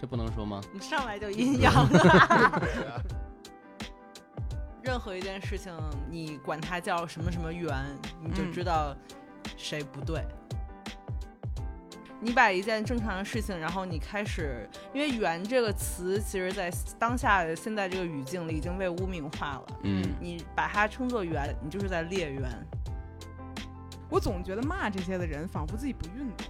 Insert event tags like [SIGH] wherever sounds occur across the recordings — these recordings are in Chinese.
这不能说吗？你上来就阴阳 [LAUGHS] 了。任何一件事情，你管它叫什么什么缘，你就嗯知道谁不对。你把一件正常的事情，然后你开始，因为“缘”这个词，其实在当下的现在这个语境里已经被污名化了。嗯，你把它称作缘，你就是在猎缘。我总觉得骂这些的人，仿佛自己不运动。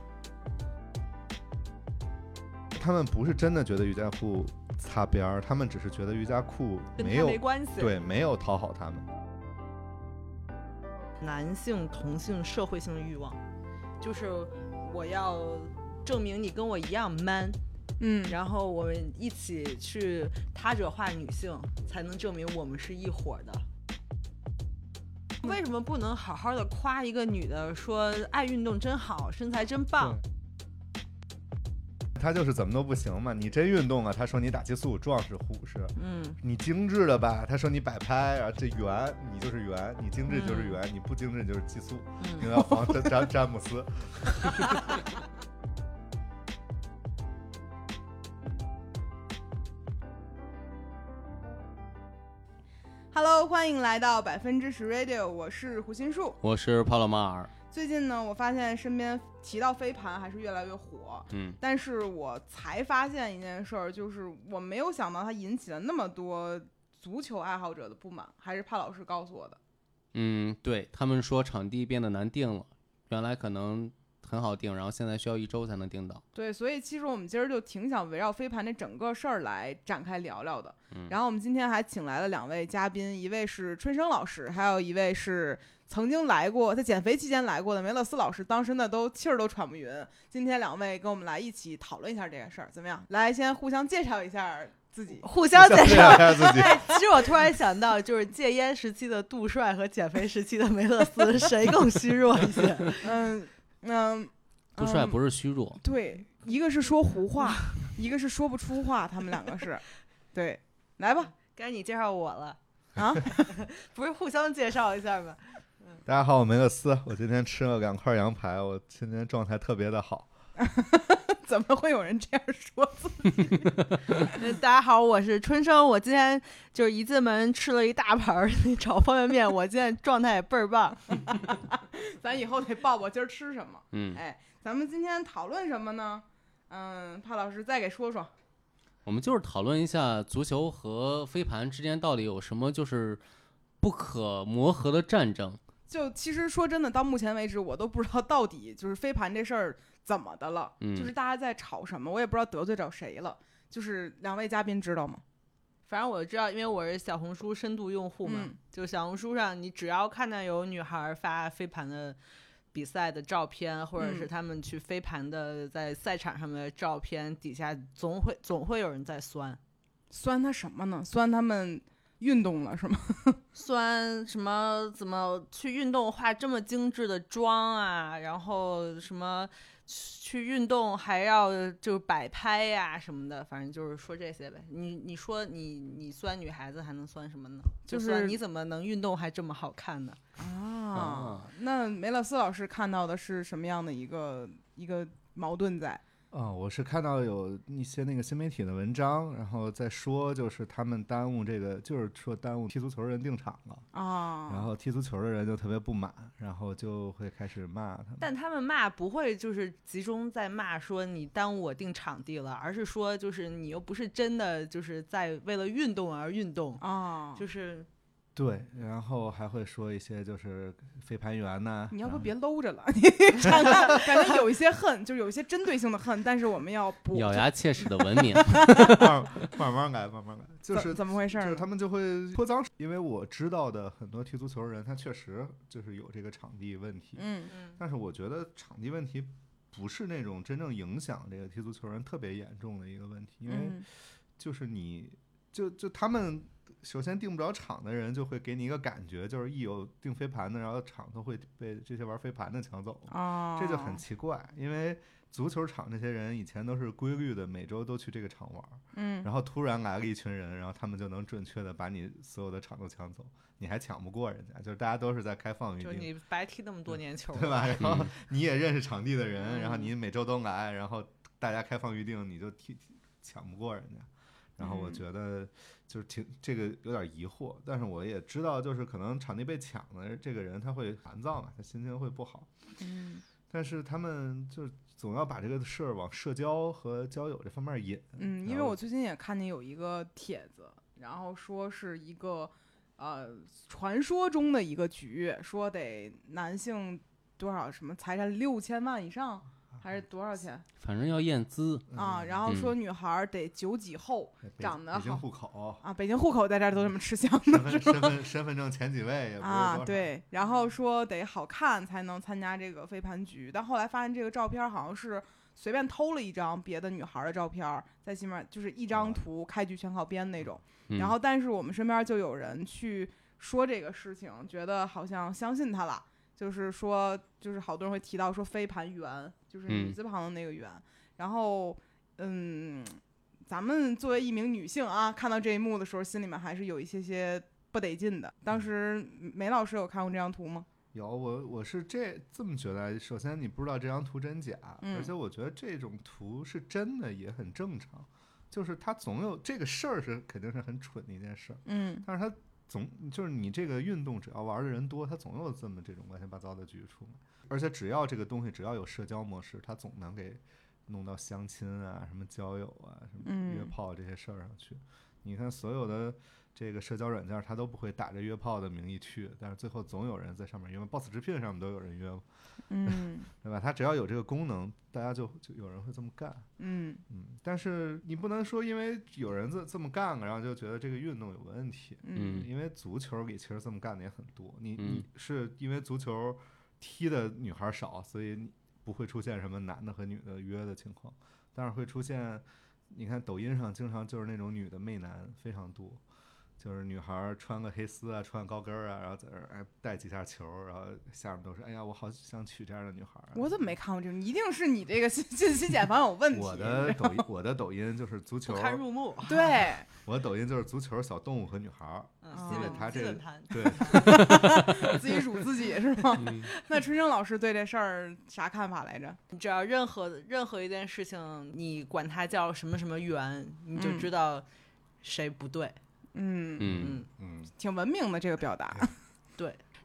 他们不是真的觉得瑜伽裤擦边儿，他们只是觉得瑜伽裤跟没他有没关系。，对没有讨好他们。男性、同性社会性欲望，就是我要证明你跟我一样 man，嗯然后我们一起去他者化女性，才能证明我们是一伙儿的。为什么不能好好的夸一个女的，说爱运动真好，身材真棒？他就是怎么都不行嘛，你真运动啊？他说你打激素、壮士、虎式，嗯，你精致了吧？他说你摆拍啊，这圆你就是圆，你精致就是圆，你不精致就是激素。嗯你要防詹詹詹姆斯， ，Hello，欢迎来到百分之十 Radio，我是胡心树。我是帕洛马尔。最近呢，我发现身边提到飞盘还是越来越火，嗯但是我才发现一件事儿，就是我没有想到它引起了那么多足球爱好者的不满，还是帕老师告诉我的。嗯，对他们说场地变得难定了，原来可能很好定，然后现在需要一周才能定到。对，所以其实我们今儿就挺想围绕飞盘这整个事儿来展开聊聊的。嗯然后我们今天还请来了两位嘉宾，一位是春生老师，还有一位是曾经来过在减肥期间来过的梅勒斯老师，当时那都气儿都喘不匀。今天两位跟我们来一起讨论一下这个事儿，怎么样？来，先互相介绍一下自己。 [LAUGHS] 互相介这绍样。看自己。哎， [LAUGHS] 其实我突然想到，就是戒烟时期的杜帅和减肥时期的梅勒斯，谁更虚弱一些？嗯嗯，杜帅 [LAUGHS] 嗯不是虚弱，对，一个是说胡话，一个是说不出话，他们两个 [LAUGHS] 是，对，来吧，该你介绍 [LAUGHS] 我了啊？ [LAUGHS] 不是互相介绍一下吗？大家好，我梅勒斯，我今天吃了两块羊排，我今天状态特别的好。怎么会有人这样说？ [LAUGHS] 呃大家好，我是春生，我今天就是一进门吃了一大盘儿那炒方便面，我今天状态也倍儿棒。 [LAUGHS] 咱以后得报报今儿吃什么。嗯，哎，咱们今天讨论什么呢？嗯，帕老师再给说说。我们就是讨论一下足球和飞盘之间到底有什么就是不可磨合的战争。就其实说真的，到目前为止，我都不知道到底就是飞盘这事儿怎么的了，嗯就是大家在吵什么，我也不知道得罪着谁了。就是两位嘉宾知道吗？反正我知道，因为我是小红书深度用户嘛，嗯就小红书上你只要看到有女孩儿发飞盘的比赛的照片，或者是嗯她们去飞盘的在赛场上面的照片，底下总会总会有人在酸。酸他什么呢？酸他们运动了是吗？酸什么？怎么去运动化这么精致的妆啊？然后什么去运动还要就是摆拍呀、什么的，反正就是说这些呗。你你说你你酸女孩子还能酸什么呢？就就是酸你怎么能运动还这么好看呢？啊，那梅勒斯老师看到的是什么样的一个一个矛盾在？啊、我是看到有一些那个新媒体的文章，然后在说，就是他们耽误这个，就是说耽误踢足球的人定场了，啊，然后踢足球的人就特别不满，然后就会开始骂他们。但他们骂不会就是集中在骂说你耽误我定场地了，而是说就是你又不是真的就是在为了运动而运动，啊，就是对，然后还会说一些就是飞盘员呐、你要不然后别搂着了， [LAUGHS] 你感觉感觉有一些恨，就是有一些针对性的恨，但是我们要不咬牙切齿的文 [LAUGHS] 明。慢慢慢来，慢慢来，就怎是怎么回事就儿是呢？他们就会泼脏水，因为我知道的很多踢足球的人，他确实就是有这个场地问题，嗯嗯但是我觉得场地问题不是那种真正影响这个踢足球人特别严重的一个问题，因为嗯就是你就就他们首先定不着场的人就会给你一个感觉，就是一有定飞盘的，然后场都会被这些玩飞盘的抢走，啊，这就很奇怪，因为。足球场这些人以前都是规律的，每周都去这个场玩，嗯然后突然来了一群人，然后他们就能准确的把你所有的场都抢走，你还抢不过人家，就是大家都是在开放预就是定，你白踢那么多年球了，嗯对吧？然后嗯你也认识场地的人，然后嗯你每周都来，然后大家开放预定，你就踢抢不过人家。然后我嗯觉得就是挺这个有点疑惑，但是我也知道，就是可能场地被抢的这个人他会烦躁嘛，他心情会不好。嗯但是他们就总要把这个事儿往社交和交友这方面引。嗯，因然为后我最近也看见有一个帖子，然后说是一个呃传说中的一个局，说得男性多少什么财产六千万以上还是多少钱反正要验资，啊？啊嗯然后说女孩儿得九几后北长得北京好户口、啊，北京户口在这儿都这么吃香的身份身份身份证前几位也不是啊，多少，嗯对，然后说得好看才能参加这个飞盘局，但后来发现这个照片好像是随便偷了一张别的女孩儿的照片儿，在起码就是一张啊图开局全靠编那种。嗯然后，但是我们身边就有人去说这个事情，觉得好像相信他了，就是说，就是好多人会提到说飞盘员，就是女嗯字旁的那个员。然后，嗯，咱们作为一名女性啊，看到这一幕的时候，心里面还是有一些些不得劲的。当时梅老师有看过这张图吗？有我我是这这么觉得，首先你不知道这张图真假，嗯而且我觉得这种图是真的也很正常，就是它总有这个事儿是肯定是很蠢的一件事儿，嗯但是它总就是你这个运动只要玩的人多，它总有这么这种乱七八糟的局出来，而且只要这个东西只要有社交模式，它总能给弄到相亲啊、什么交友啊、什么约嗯炮这些事儿上去。你看所有的这个社交软件儿，它都不会打着约炮的名义去，但是最后总有人在上面约嘛。Boss 直聘上面都有人约嘛，嗯对吧？它只要有这个功能，大家就就有人会这么干。嗯嗯，但是你不能说因为有人这这么干了，然后就觉得这个运动有问题。嗯嗯因为足球里其实这么干的也很多。你嗯你是因为足球踢的女孩少，所以你不会出现什么男的和女的约的情况，但是会出现，你看抖音上经常就是那种女的媚男非常多。就是女孩穿个黑丝啊，穿个高跟儿啊，然后在这儿哎带几下球，然后下面都是哎呀，我好想娶这样的女孩、啊。我怎么没看过这种？一定是你这个 [LAUGHS] 信信息茧房有问题。我的抖音，我的抖音就是 [LAUGHS] 足不球，堪入 [LAUGHS] 目，对，我的抖音就是足球、小动物和女孩儿。嗯，啊基对本他基这本个盘， [LAUGHS] 对，自己数自己是吗？嗯 [LAUGHS] 那春生老师对这事儿啥看法来着？嗯只要任何任何一件事情，你管它叫什么什么缘，你就嗯知道谁不对。嗯，嗯嗯嗯，挺文明的这个表达。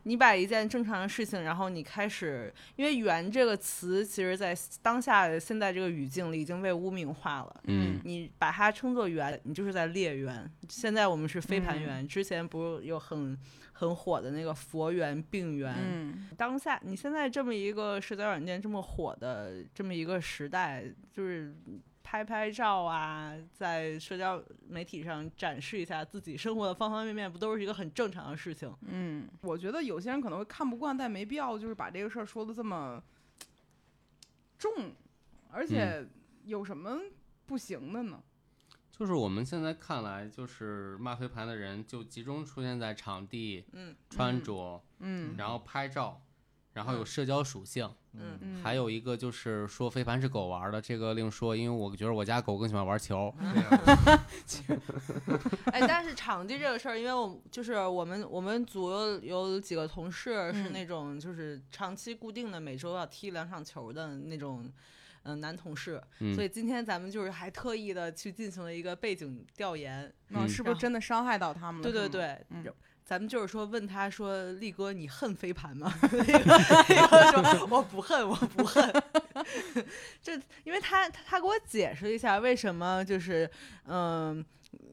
你把一件正常的事情，然后你开始，因为“缘”这个词，其实在当下的现在这个语境里已经被污名化了。嗯你把它称作圆，你就是在列圆。现在我们是飞盘圆，之前不是有很很火的那个佛缘、病缘。嗯当下你现在这么一个社交软件这么火的这么一个时代，就是拍拍照啊，在社交媒体上展示一下自己生活的方方面面，不都是一个很正常的事情？ [LAUGHS] 嗯，我觉得有些人可能会看不惯，但没必要就是把这个事儿说的这么重，而且嗯有什么不行的呢？就是我们现在看来，就是骂飞盘的人就集中出现在场地、嗯穿着，嗯然后拍照，然后有嗯社交属性，嗯嗯，还有一个就是说飞盘是狗玩的，这个另说，因为我觉得我家狗更喜欢玩球。嗯对啊呀哎，但是场地这个事儿，因为我就是我们我们组有有几个同事是嗯那种就是长期固定的每周要踢两场球的那种，嗯、男同事，嗯所以今天咱们就是还特意的去进行了一个背景调研。那嗯是不是真的伤害到他们了？对对是吗，对，嗯咱们就是说问他说，力哥你恨飞盘 [LAUGHS] 吗？那个那个说我不恨，我不恨。 [LAUGHS] 这因为他他他给我解释了一下为什么就是嗯。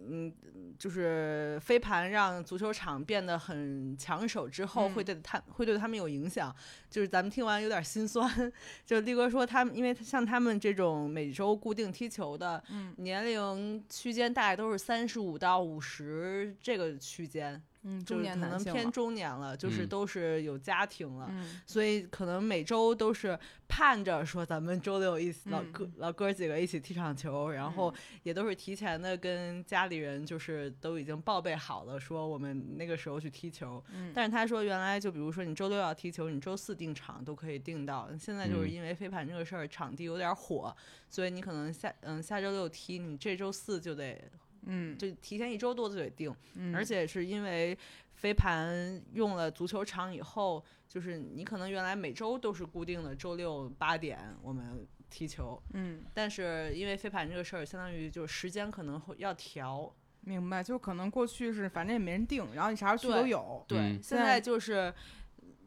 嗯，就是飞盘让足球场变得很抢手之后，嗯会对他、会对他们有影响。就是咱们听完有点心酸。 [LAUGHS] 就力哥说他们，因为像他们这种每周固定踢球的，嗯年龄区间大概都是三十五到五十这个区间，嗯，就中是可年男能性偏了中年了，就是嗯都是有家庭了。嗯所以可能每周都是盼着说咱们周六一起老嗯哥、老哥几个一起踢场球，然后也都是提前的跟家里人就是都已经报备好了，说我们那个时候去踢球。嗯但是他说原来就比如说你周六要踢球，你周四订场都可以订到，现在就是嗯因为飞盘这个事儿，场地有点火，所以你可能下嗯下周六踢，你这周四就得。嗯就提前一周多就得定。嗯，而且是因为飞盘用了足球场以后，就是你可能原来每周都是固定的，周六八点我们踢球，嗯，但是因为飞盘这个事儿，相当于就是时间可能会要调。明白，就可能过去是反正也没人定，然后你啥时候去都对有，对，嗯现现在在就是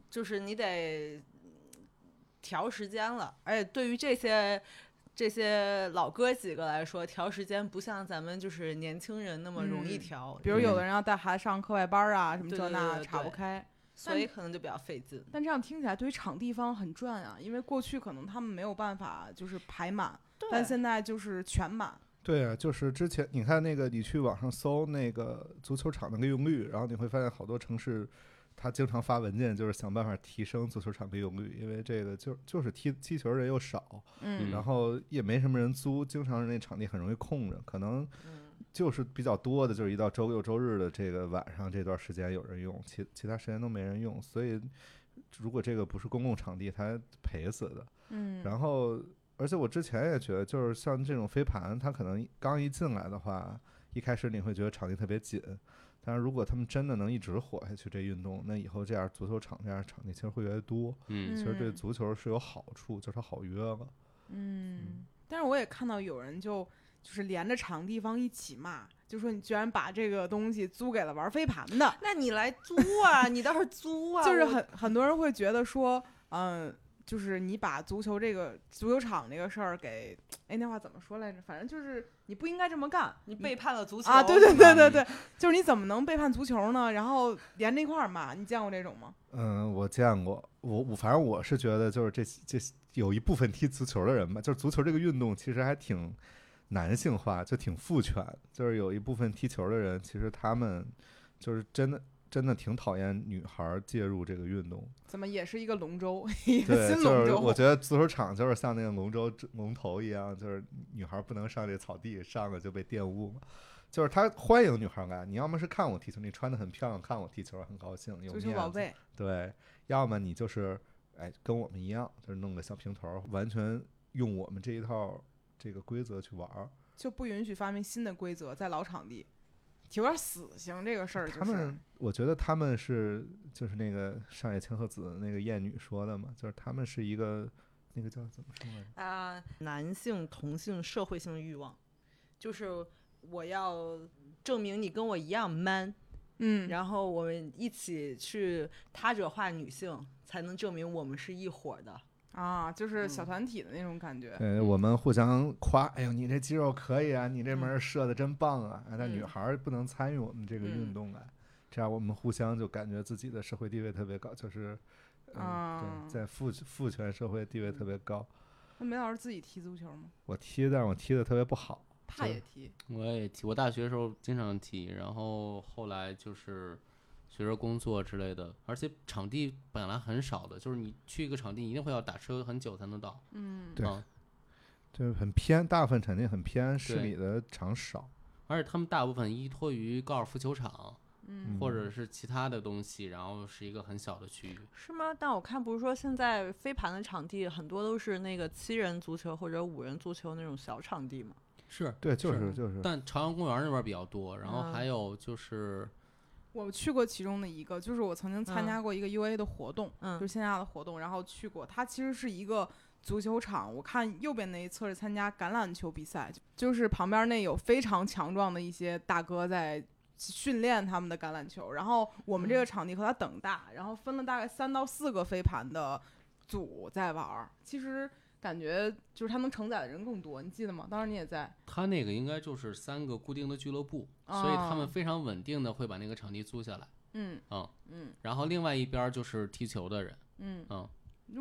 就是你得调时间了，而且对于这些。这些老哥几个来说，调时间不像咱们就是年轻人那么容易嗯调，比如有嗯的人要带孩子上课外班儿啊，什么对这对那对岔不对开。所以可能就比较费劲。但这样听起来，对于场地方很赚啊，因为过去可能他们没有办法就是排满，对但现在就是全满。对啊，就是之前你看那个，你去网上搜那个足球场的利用率，然后你会发现好多城市，他经常发文件，就是想办法提升足球场利用率，因为这个就就是踢踢球人又少，嗯然后也没什么人租，经常那场地很容易空着，可能嗯，就是比较多的，就是一到周六周日的这个晚上这段时间有人用，其其他时间都没人用，所以如果这个不是公共场地，他赔死的。嗯然后，而且我之前也觉得，就是像这种飞盘，它可能刚一进来的话，一开始你会觉得场地特别紧，但是如果他们真的能一直火下去这运动，那以后这样足球场这样场地其实会越来越多，嗯其实对嗯足球是有好处，就是它好约了。嗯，但是我也看到有人就就是连着场地方一起骂，就说你居然把这个东西租给了玩飞盘的，那你来租啊，你倒是租啊，就是我很很多人会觉得说，嗯、就是你把足球这个足球场这个事儿给，哎，那话怎么说来着？反正就是你不应该这么干。你背叛了足球啊，对对对对对，就是你怎么能背叛足球呢？然后连着一块儿骂，你见过这种吗？嗯，我见过，我我反正我是觉得，就是这这有一部分踢足球的人吧，就是足球这个运动其实还挺男性化，就挺父权，就是有一部分踢球的人，其实他们就是真的真的挺讨厌女孩儿介入这个 [LAUGHS] 运动。怎么也是一个龙舟，一个对，新就龙是舟。我觉得足球场就是像那个龙舟龙头一样，就是女孩不能上这草地，上了就被玷污嘛。就是他欢迎女孩来，你要么是看我踢球，你穿的很漂亮，看我踢球很高兴，有足面球宝子。贝，对，要么你就是哎跟我们一样，就是弄个小平头儿，完全用我们这一套这个规则去玩儿。就不允许发明新的规则，在老场地，有点死刑这个事儿、就是。他们，我觉得他们是就是那个上野千鹤子那个艳女说的嘛，就是他们是一个那个叫怎么说来着？啊，男性同性社会性欲望，就是我要证明你跟我一样 man，、嗯，然后我们一起去他者化女性，才能证明我们是一伙儿的。啊，就是嗯小团体的那种感觉。对，哎我们互相夸，哎呦，你这肌肉可以啊，你这门儿射的真棒啊！哎但女嗯孩儿不能参与我们这个运嗯动啊，这样我们互相就感觉自己的社会地位特别高，就是，嗯，啊对，在父父权社会地位特别高。那梅老师自己踢足球吗？我踢，但是我踢的特别不好。他对也踢。我也踢，我大学的时候经常踢，然后后来就是随着工作之类的，而且场地本来很少的，就是你去一个场地一定会要打车很久才能到。嗯对啊，就是很偏，大部分场地很偏，市对里的场少。而且他们大部分依托于高尔夫球场嗯或者是其他的东西，然后是一个很小的区域。是吗？但我看不是说现在飞盘的场地很多都是那个七人足球或者五人足球那种小场地嘛？是，对，就是是就是，但朝阳公园那边比较多，然后嗯还有就是，我去过其中的一个，就是我曾经参嗯加过一个 UA 的活动，嗯就是线下的活动，然后去过。它其实是一个足球场，我看右边那一侧是参加橄榄球比赛，就是旁边那有非常强壮的一些大哥在训练他们的橄榄球。然后我们这个场地和它等大，然后分了大概三到四个飞盘的组在玩儿。其实感觉就是它能承载的人更多，你记得吗？当时你也在。它那个应该就是三个固定的俱乐部，所以他哦们非常稳定的会把那个场地租下来。嗯嗯，嗯然后另外一边儿就是踢球的人。嗯嗯，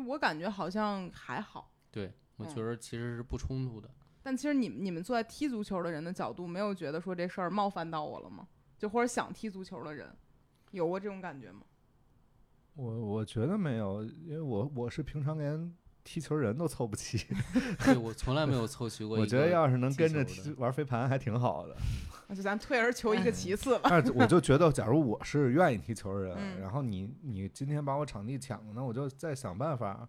我感觉好像还好。对，我嗯觉得其实是不冲突的。但其实你们你们坐在踢足球的人的角度，没有觉得说这事儿冒犯到我了吗？就或者想踢足球的人，有过这种感觉吗？我我觉得没有，因为我我是平常连踢球人都凑不齐。对我从来没有凑齐过一 [LAUGHS] 我个。觉得要是能踢跟着球踢的玩飞盘还挺好的。那就咱退而求一个其 [LAUGHS] 次吧。但是我就觉得，假如我是愿意踢球的人，嗯然后你你今天把我场地抢了，那我就再想办法。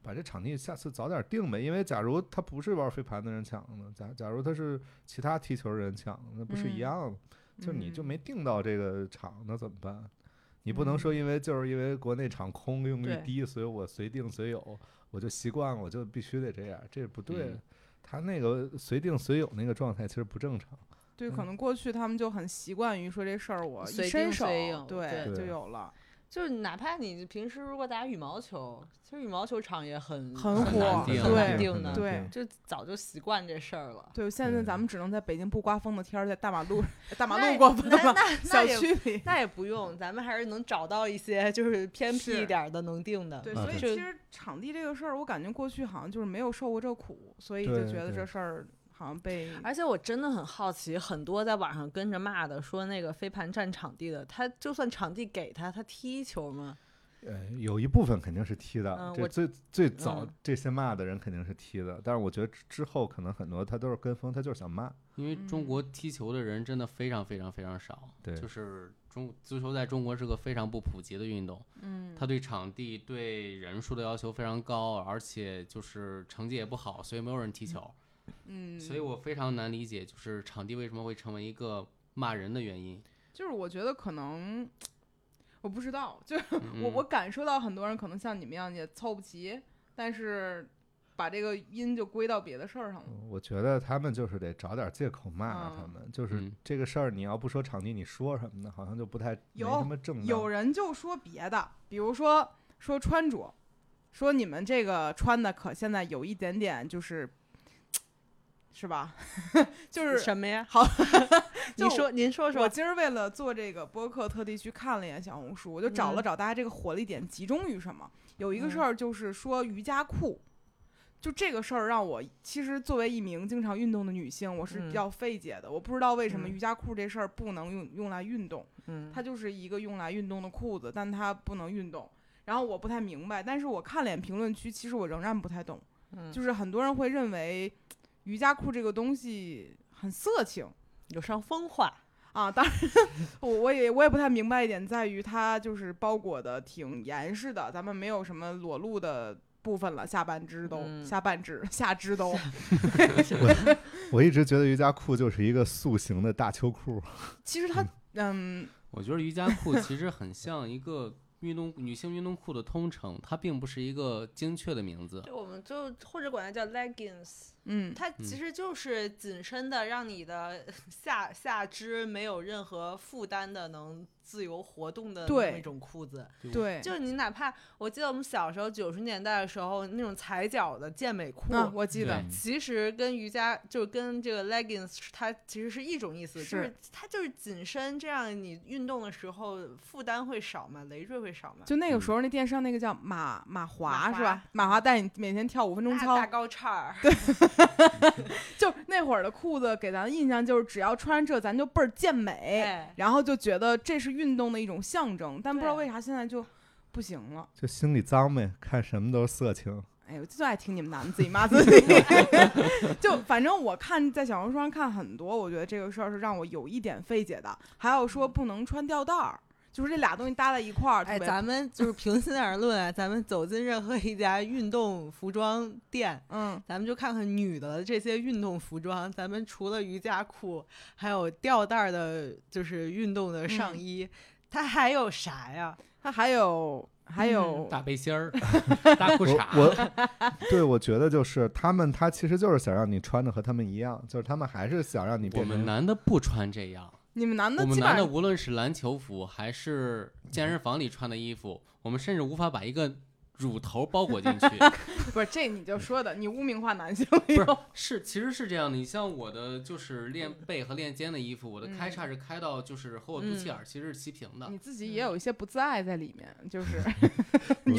把这场地下次早点定呗，因为假如他不是玩飞盘的人抢的，假假如他是其他踢球人抢的，那不是一嗯样吗？就你就嗯嗯没定到这个场，那怎么办？你不能说因为就是因为国内场空用率对低，所以我随定随有，我就习惯了，我就必须得这样，这不对。嗯他那个随定随有那个状态其实不正常。对，可嗯能过去他们就很习惯于说这事儿，我随一伸定手随用，对就有了，就是哪怕你平时如果打羽毛球，其实羽毛球场也很很很难火，定很难对定很难对定就早就习惯这事儿了。对。现在咱对们只能在北京不刮风的天儿，在大马路大马那路过风那那吧，那小也区里。那也不用，咱们还是能找到一些就是偏僻是一点儿的能定的。 [LAUGHS] 对，啊所以对其实场地这个事儿，我感觉过去好像就是没有受过这苦，所以就哎觉对得对这事儿好像被而且我真的很好奇，很多在网上跟着骂的说那个飞盘占场地的，他就算场地给他，他踢球吗？呃，有一部分肯定是踢的，嗯这我最最早嗯这些骂的人肯定是踢的，但是我觉得之之后可能很多他都是跟风，他就是想骂。因为中国踢球的人真的非常非常非常少，嗯对就是中足球在中国是个非常不普及的运动，嗯它对场地、对人数的要求非常高，而且就是成绩也不好，所以没有人踢球，嗯，所以我非常难理解，就是场地为什么会成为一个骂人的原因。就是我觉得可能我不知道，就是嗯 [LAUGHS] 我我感受到很多人可能像你们一样也凑不齐，但是把这个音就归到别的事儿上了。嗯我觉得他们就是得找点借口骂嗯他们，就是嗯这个事儿，你要不说场地，你说什么呢？好像就不太没有什么正有当。人就说别的，比如说说穿着，说你们这个穿的可现在有一点点就是，是吧？ [LAUGHS] 就是什么呀？ [LAUGHS] 好，您就说您说我说，今儿为了做这个播客，特地去看了一眼小红书，我就找了嗯找大家这个火力点集中于什么。有一个嗯事儿就是说瑜伽裤，就这个事儿让我其实作为一名经常运动的女性，我是比嗯较费解的。我不知道为什么嗯瑜伽裤这事儿不能用用来运动，嗯，它就是一个用来运动的裤子，但它不能运动。然后我不太明白，但是我看了眼评论区，其实我仍然不太懂。嗯就是很多人会认为瑜伽裤这个东西很色情。有伤风化。啊，当然，我我也我也不太明白一点在于它就是包裹的挺严实的，咱们没有什么裸露的部分了，下半肢都、嗯下半肢下 [LAUGHS] 肢都，我一直觉得瑜伽裤就是一个塑形的大秋裤，其实它嗯我觉得瑜伽裤其实很像一个运动女性运动裤的通称，它并不是一个精确的名字。对，我们就或者管它叫 leggings，嗯它其实就是紧身的，让你的 [LAUGHS] 下下肢没有任何负担的，能自由活动的那么对一种裤子。对，就你哪怕我记得我们小时候九十年代的时候，那种踩脚的健美裤。那、嗯我记得对其实跟瑜伽就是跟这个 leggings，是它其实是一种意思，就是是它就是紧身，这样你运动的时候负担会少嘛，累赘会少嘛。就那个时候那电视上那个叫马马华马是吧华？马华带你每天跳五分钟大操大，高叉儿，就那会儿的裤子给咱的印象就是只要穿上这咱就倍儿健美，哎然后就觉得这是运动的一种象征，但不知道对为啥现在就不行了。就心里脏呗，看什么都是色情。哎呦，我就爱听你们男的自己骂自己。 [LAUGHS] 就反正我看在小红书上看很多，我觉得这个事儿是让我有一点费解的。还有说不能穿吊带儿，就是这俩东西搭在一块儿，特哎，别咱们就是 [LAUGHS] 平心而论啊，咱们走进任何一家运动服装店，嗯，咱们就看看女的这些运动服装，咱们除了瑜伽裤，还有吊带儿的，就是运动的上嗯衣，它还有啥呀？它还有还有、大背心 [LAUGHS] 儿、大裤我衩，我对我觉得就是他们，他其实就是想让你穿的和他们一样，就是他们还是想让你我变们成男的不穿这样。你们男的我们基本男的上无论是篮球服还是健身房里穿的衣服，我们甚至无法把一个乳头包裹进去。 [LAUGHS] 不是这你就说的，你污名化男性不是，是其实是这样的。你像我的就是练背和练肩的衣服，我的开叉是开到就是和我肚脐嗯眼儿其实是齐平的你。自己也有一些不自爱在里面，就是 [LAUGHS] 你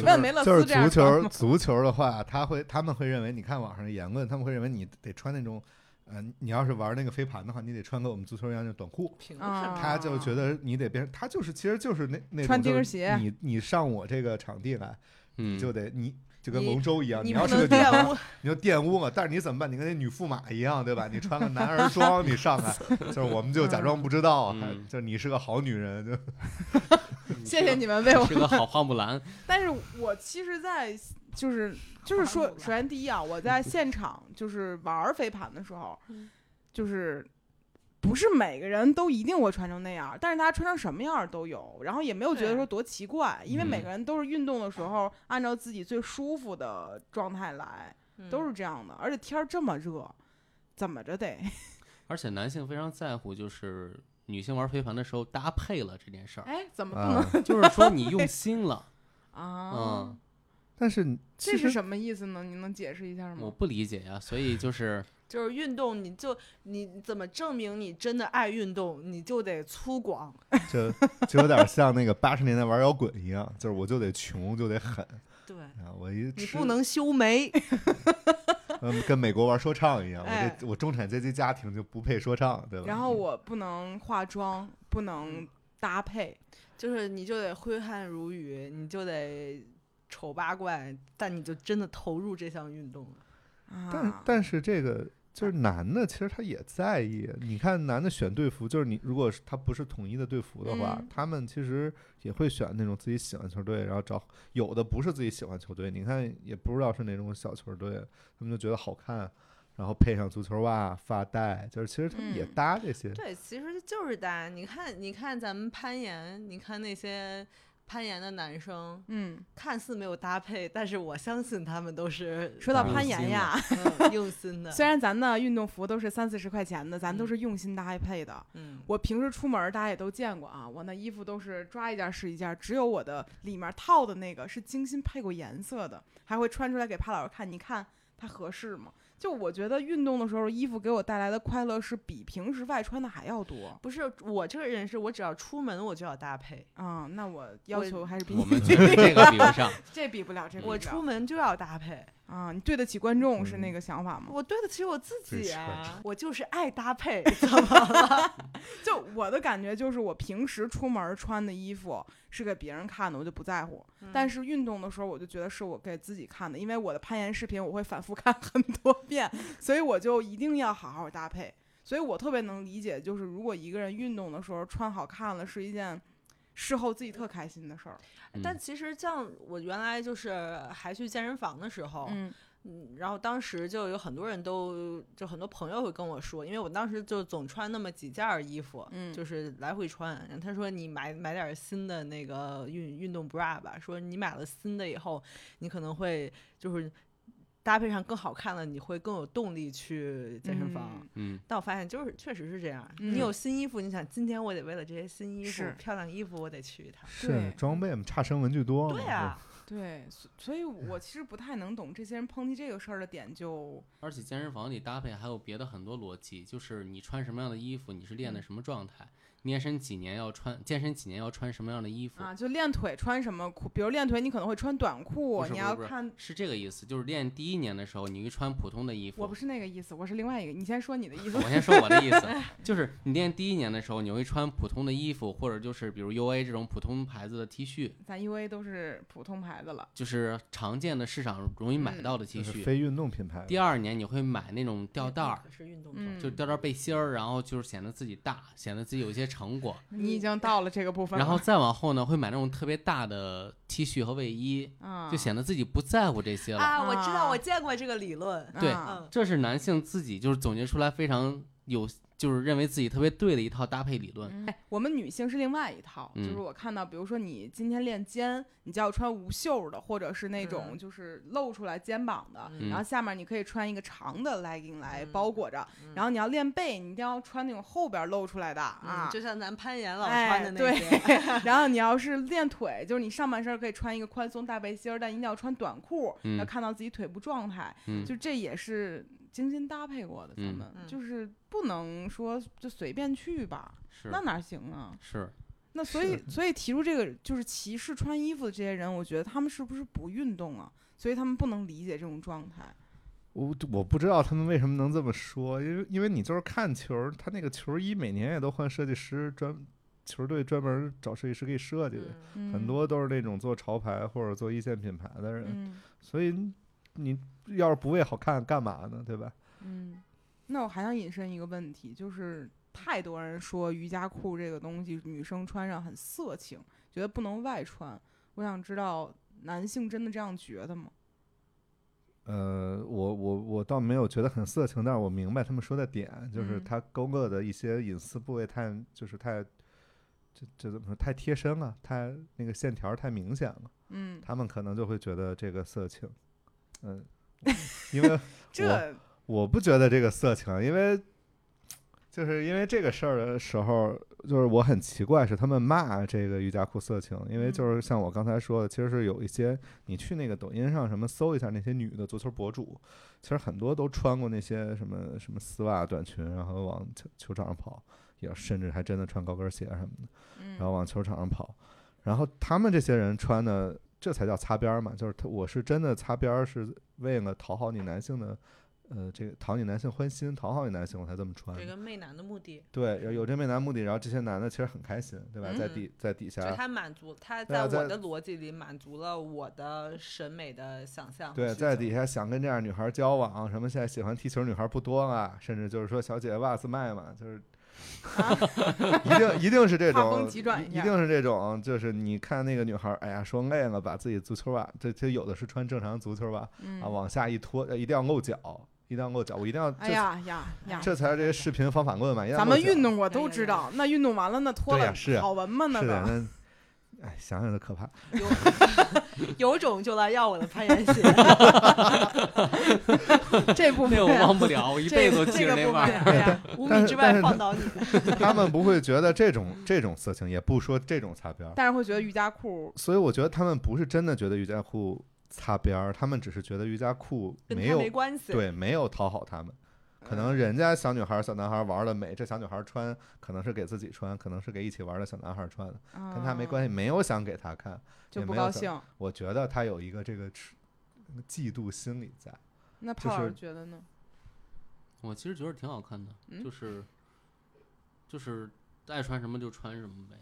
嗯就问是梅勒就是斯这样足穿球，吗足球的话，他会他们会认为，你看网上的言论，他们会认为你得穿那种，呃，你要是玩那个飞盘的话，你得穿跟我们足球一样的短裤。凭什啊么？他就觉得你得变，他就是其实就是那那种穿就钉儿是鞋你你上我这个场地来，嗯，就得你就跟你龙舟一样，你要不是能个女孩 [LAUGHS] 玷污，你就玷污我，但是你怎么办？你跟那女驸马一样，对吧？你穿个男儿装，你上来就是我们就假装不知道，嗯还就是你是个好女人，就你是谢 [LAUGHS] 谢个你们为我哎是个好花木兰。但是我其实，在就是就是还说，我吧首先第一啊，我在现场就是玩儿飞盘的时候，嗯就是不是每个人都一定会穿成那样儿，但是大家穿成什么样儿都有，然后也没有觉得对说多奇怪，因为嗯每个人都是运动的时候按照自己最舒服的状态来，都是这样的。而且天儿这么热，怎么着得 [LAUGHS] 而且男性非常在乎，就是女性玩飞盘的时候搭配了这件事儿，哎怎么不能 [LAUGHS] 啊，就是说你用心 [LAUGHS] 了。啊？嗯，但是你这其是实什么意思呢？你能解释一下我吗？不理解呀、所以就是 [LAUGHS] 就是运动，你就你怎么证明你真的爱运动，你就得粗犷。就 [LAUGHS] 就有点像那个八十年代玩摇滚一样，就是我就得穷就得狠对啊，我一你吃不能修眉，嗯跟美国玩说唱一样，哎我这我中产阶级家庭就不配说唱，对吧？然后我不能化妆，不能搭配，就是你就得挥汗如雨，你就得丑八怪，但你就真的投入这项运动了。但啊，但是这个就是男的，其实他也在意。你看男的选队服，就是你如果是他不是统一的队服的话，嗯他们其实也会选那种自己喜欢球队，然后找有的不是自己喜欢球队，你看也不知道是哪种小球队，他们就觉得好看，然后配上足球袜、发带，就是其实他们也嗯搭这些。对，其实就是搭。你看，你看咱们攀岩，你看那些攀岩的男生，嗯，看似没有搭配，但是我相信他们都 [LAUGHS] 是说到嗯攀用岩心呀， [LAUGHS] 嗯用心的。呃虽然咱的运动服都是三四十块钱的，咱都是用心搭配的。嗯，我平时出门儿大家也都见过啊，我那衣服都是抓一件是一件，只有我的里面套的那个是精心配过颜色的，还会穿出来给帕老师看，你看它合适吗？就我觉得运动的时候，衣服给我带来的快乐是比平时外穿的还要多。不是我这个人是我只要出门我就要搭配，啊、那我要我求还是比我 [LAUGHS] 你们这个比不 [LAUGHS] 上，这比不了，这比不我了出门就要搭配，啊、你对得起观众是嗯那个想法吗？我对得起我自真己是啊，我就是爱搭配，怎 [LAUGHS] 么就我的感觉就是，我平时出门儿穿的衣服是给别人看的，我就不在乎。嗯但是运动的时候，我就觉得是我给自己看的，因为我的攀岩视频我会反复 [LAUGHS] 看很多遍，所以我就一定要好好搭配。所以我特别能理解，就是如果一个人运动的时候穿好看了，是一件事后自己特开心的事儿。嗯但其实像我原来就是还去健身房的时候，嗯嗯，然后当时就有很多人都就很多朋友会跟我说，因为我当时就总穿那么几件儿衣服，嗯就是来回穿。然后他说你买买点儿新的那个运运动 bra 吧，说你买了新的以后，你可能会就是搭配上更好看了，你会更有动力去健身房。嗯嗯，但我发现就是确实是这样，嗯你有新衣服，你想今天我得为了这些新衣服是、漂亮衣服，我得去一趟。是啊对装备嘛，差生文具多嘛。对啊，对，所所以我其实不太能懂这些人抨击这个事儿的点就，而且健身房里搭配还有别的很多逻辑，就是你穿什么样的衣服，你是练的什么状态，你健身几年要穿健身几年要穿什么样的衣服，啊，就练腿穿什么裤，比如练腿你可能会穿短裤，不是你不是要不是看。是这个意思。就是练第一年的时候，你会穿普通的衣服。我不是那个意思，我是另外一个。你先说你的意思 [LAUGHS] 我。先说我的意思，就是你练第一年的时候，你会穿普通的衣服，或者就是比如 U A 这种普通牌子的 T 恤， [LAUGHS] 咱 U A 都是普通牌的了，就是常见的市场容易买嗯到的 T 就是恤。非运动品牌。第二年你会买那种吊带儿可，是运动装。嗯，就是吊带背心儿，然后就是显得自己大，显得自己有一些成果。你已经到了这个部分了，然后再往后呢，会买那种特别大的 T 恤和卫衣，啊，就显得自己不在乎这些了。啊，我知道，啊我见过这个理论。嗯对啊这是男性自己就是总结出来非常有，就是认为自己特别对的一套搭配理嗯论。哎，我们女性是另外一套，嗯就是我看到，比如说你今天练肩，你就要穿无袖的，或者是那种嗯就是露出来肩膀的，嗯然后下面你可以穿一个长的 legging 来嗯包裹着，嗯然后你要练背，你一定要穿那种后边露出来的啊，嗯，就嗯像咱攀岩老哎穿的那对些， [LAUGHS] 然后你要是练腿，就是你上半身可以穿一个宽松大背心儿，但一定要穿短裤，嗯要看到自己腿部状态。嗯就这也是精心搭配过的，咱嗯们、嗯就是不能说就随便去吧，是那哪行啊？是，那所以所以提出这个就是歧视穿衣服的这些人，我觉得他们是不是不运动啊？所以他们不能理解这种状态。我我不知道他们为什么能这么说，因为因为你就是看球儿，他那个球衣每年也都换设计师，专球队专门找设计师给设计的，嗯很多都是那种做潮牌或者做一线品牌的人，嗯所以你要是不为好看干嘛呢？对吧？嗯。那我还想引申一个问题，就是太多人说瑜伽裤这个东西女生穿上很色情，觉得不能外穿。我想知道男性真的这样觉得吗？呃，我我我倒没有觉得很色情，但是我明白他们说的点，就是嗯他勾勒的一些隐私部位太，就是太，这这怎么说？太贴身了，太那个线条太明显了，嗯，他们可能就会觉得这个色情。嗯，因为嗯这我不觉得这个色情，因为就是因为这个事儿的时候，就是我很奇怪，是他们骂这个瑜伽裤色情，因为嗯就是像我刚才说的，其实是有一些你去那个抖音上什么搜一下那些女的足球博主，其实很多都穿过那些什么什么丝袜短裙，然后往球球场上跑，也甚至还真的穿高跟鞋什么的。然后嗯往球场上跑，然后他们这些人穿的这才叫擦边儿嘛，就是他我是真的擦边儿是为了讨好你男性的，呃，这个讨你男性欢心，讨好你男性我才这么穿有一的，个媚男的目的，对，有有这么一男目的，然后这些男的其实很开心，对吧？在嗯底在底就下，他满足他对啊在在我的逻辑里满足了我的审美的想啊象和对，需在求底下想跟这样女孩交往，什么现在喜欢踢球女孩不多啊，甚至就是说小姐姐袜子卖 [LAUGHS] 嘛，就是。一定一定是这画种，风急转一一下定是这种，就是你看那个女孩，哎呀，说累了，把自己足球袜，这这有的是穿正常足球袜啊，嗯，往下一拖，呃一定要露脚，一定要露脚，我一定要，哎这呀呀呀！这才是这些视频方法论嘛，一定要咱们露脚运动过哎都呀知呀道，那运动完了那脱对呀了是呀好闻吗？那是啊的，个那哎，想想都可怕。 [LAUGHS] 有种就来要我的攀岩 [LAUGHS] 鞋，这 [LAUGHS] 部分那我忘不了，我一这辈子都这记着个那部玩意分儿。哎 [LAUGHS] 呀，五但米是之但外是放倒你。他们不会觉得这种这种色情，也不说这种擦边儿，但是会觉得瑜伽裤所以我觉得他们不是真的觉得瑜伽裤擦边儿，他们只是觉得瑜伽裤跟没他有没关系。对没有讨好他们。可能人家小女孩儿、小男孩儿玩的美，这小女孩儿穿可能是给自己穿，可能是给一起玩的小男孩儿穿的，跟他没关系，系，啊没有想给他看。嗯就也不没有高想兴。我觉得他有一个这个吃嫉妒心理在，那就胖老是师觉得呢？我其实觉得挺好看的，嗯就是就是爱穿什么就穿什么呗，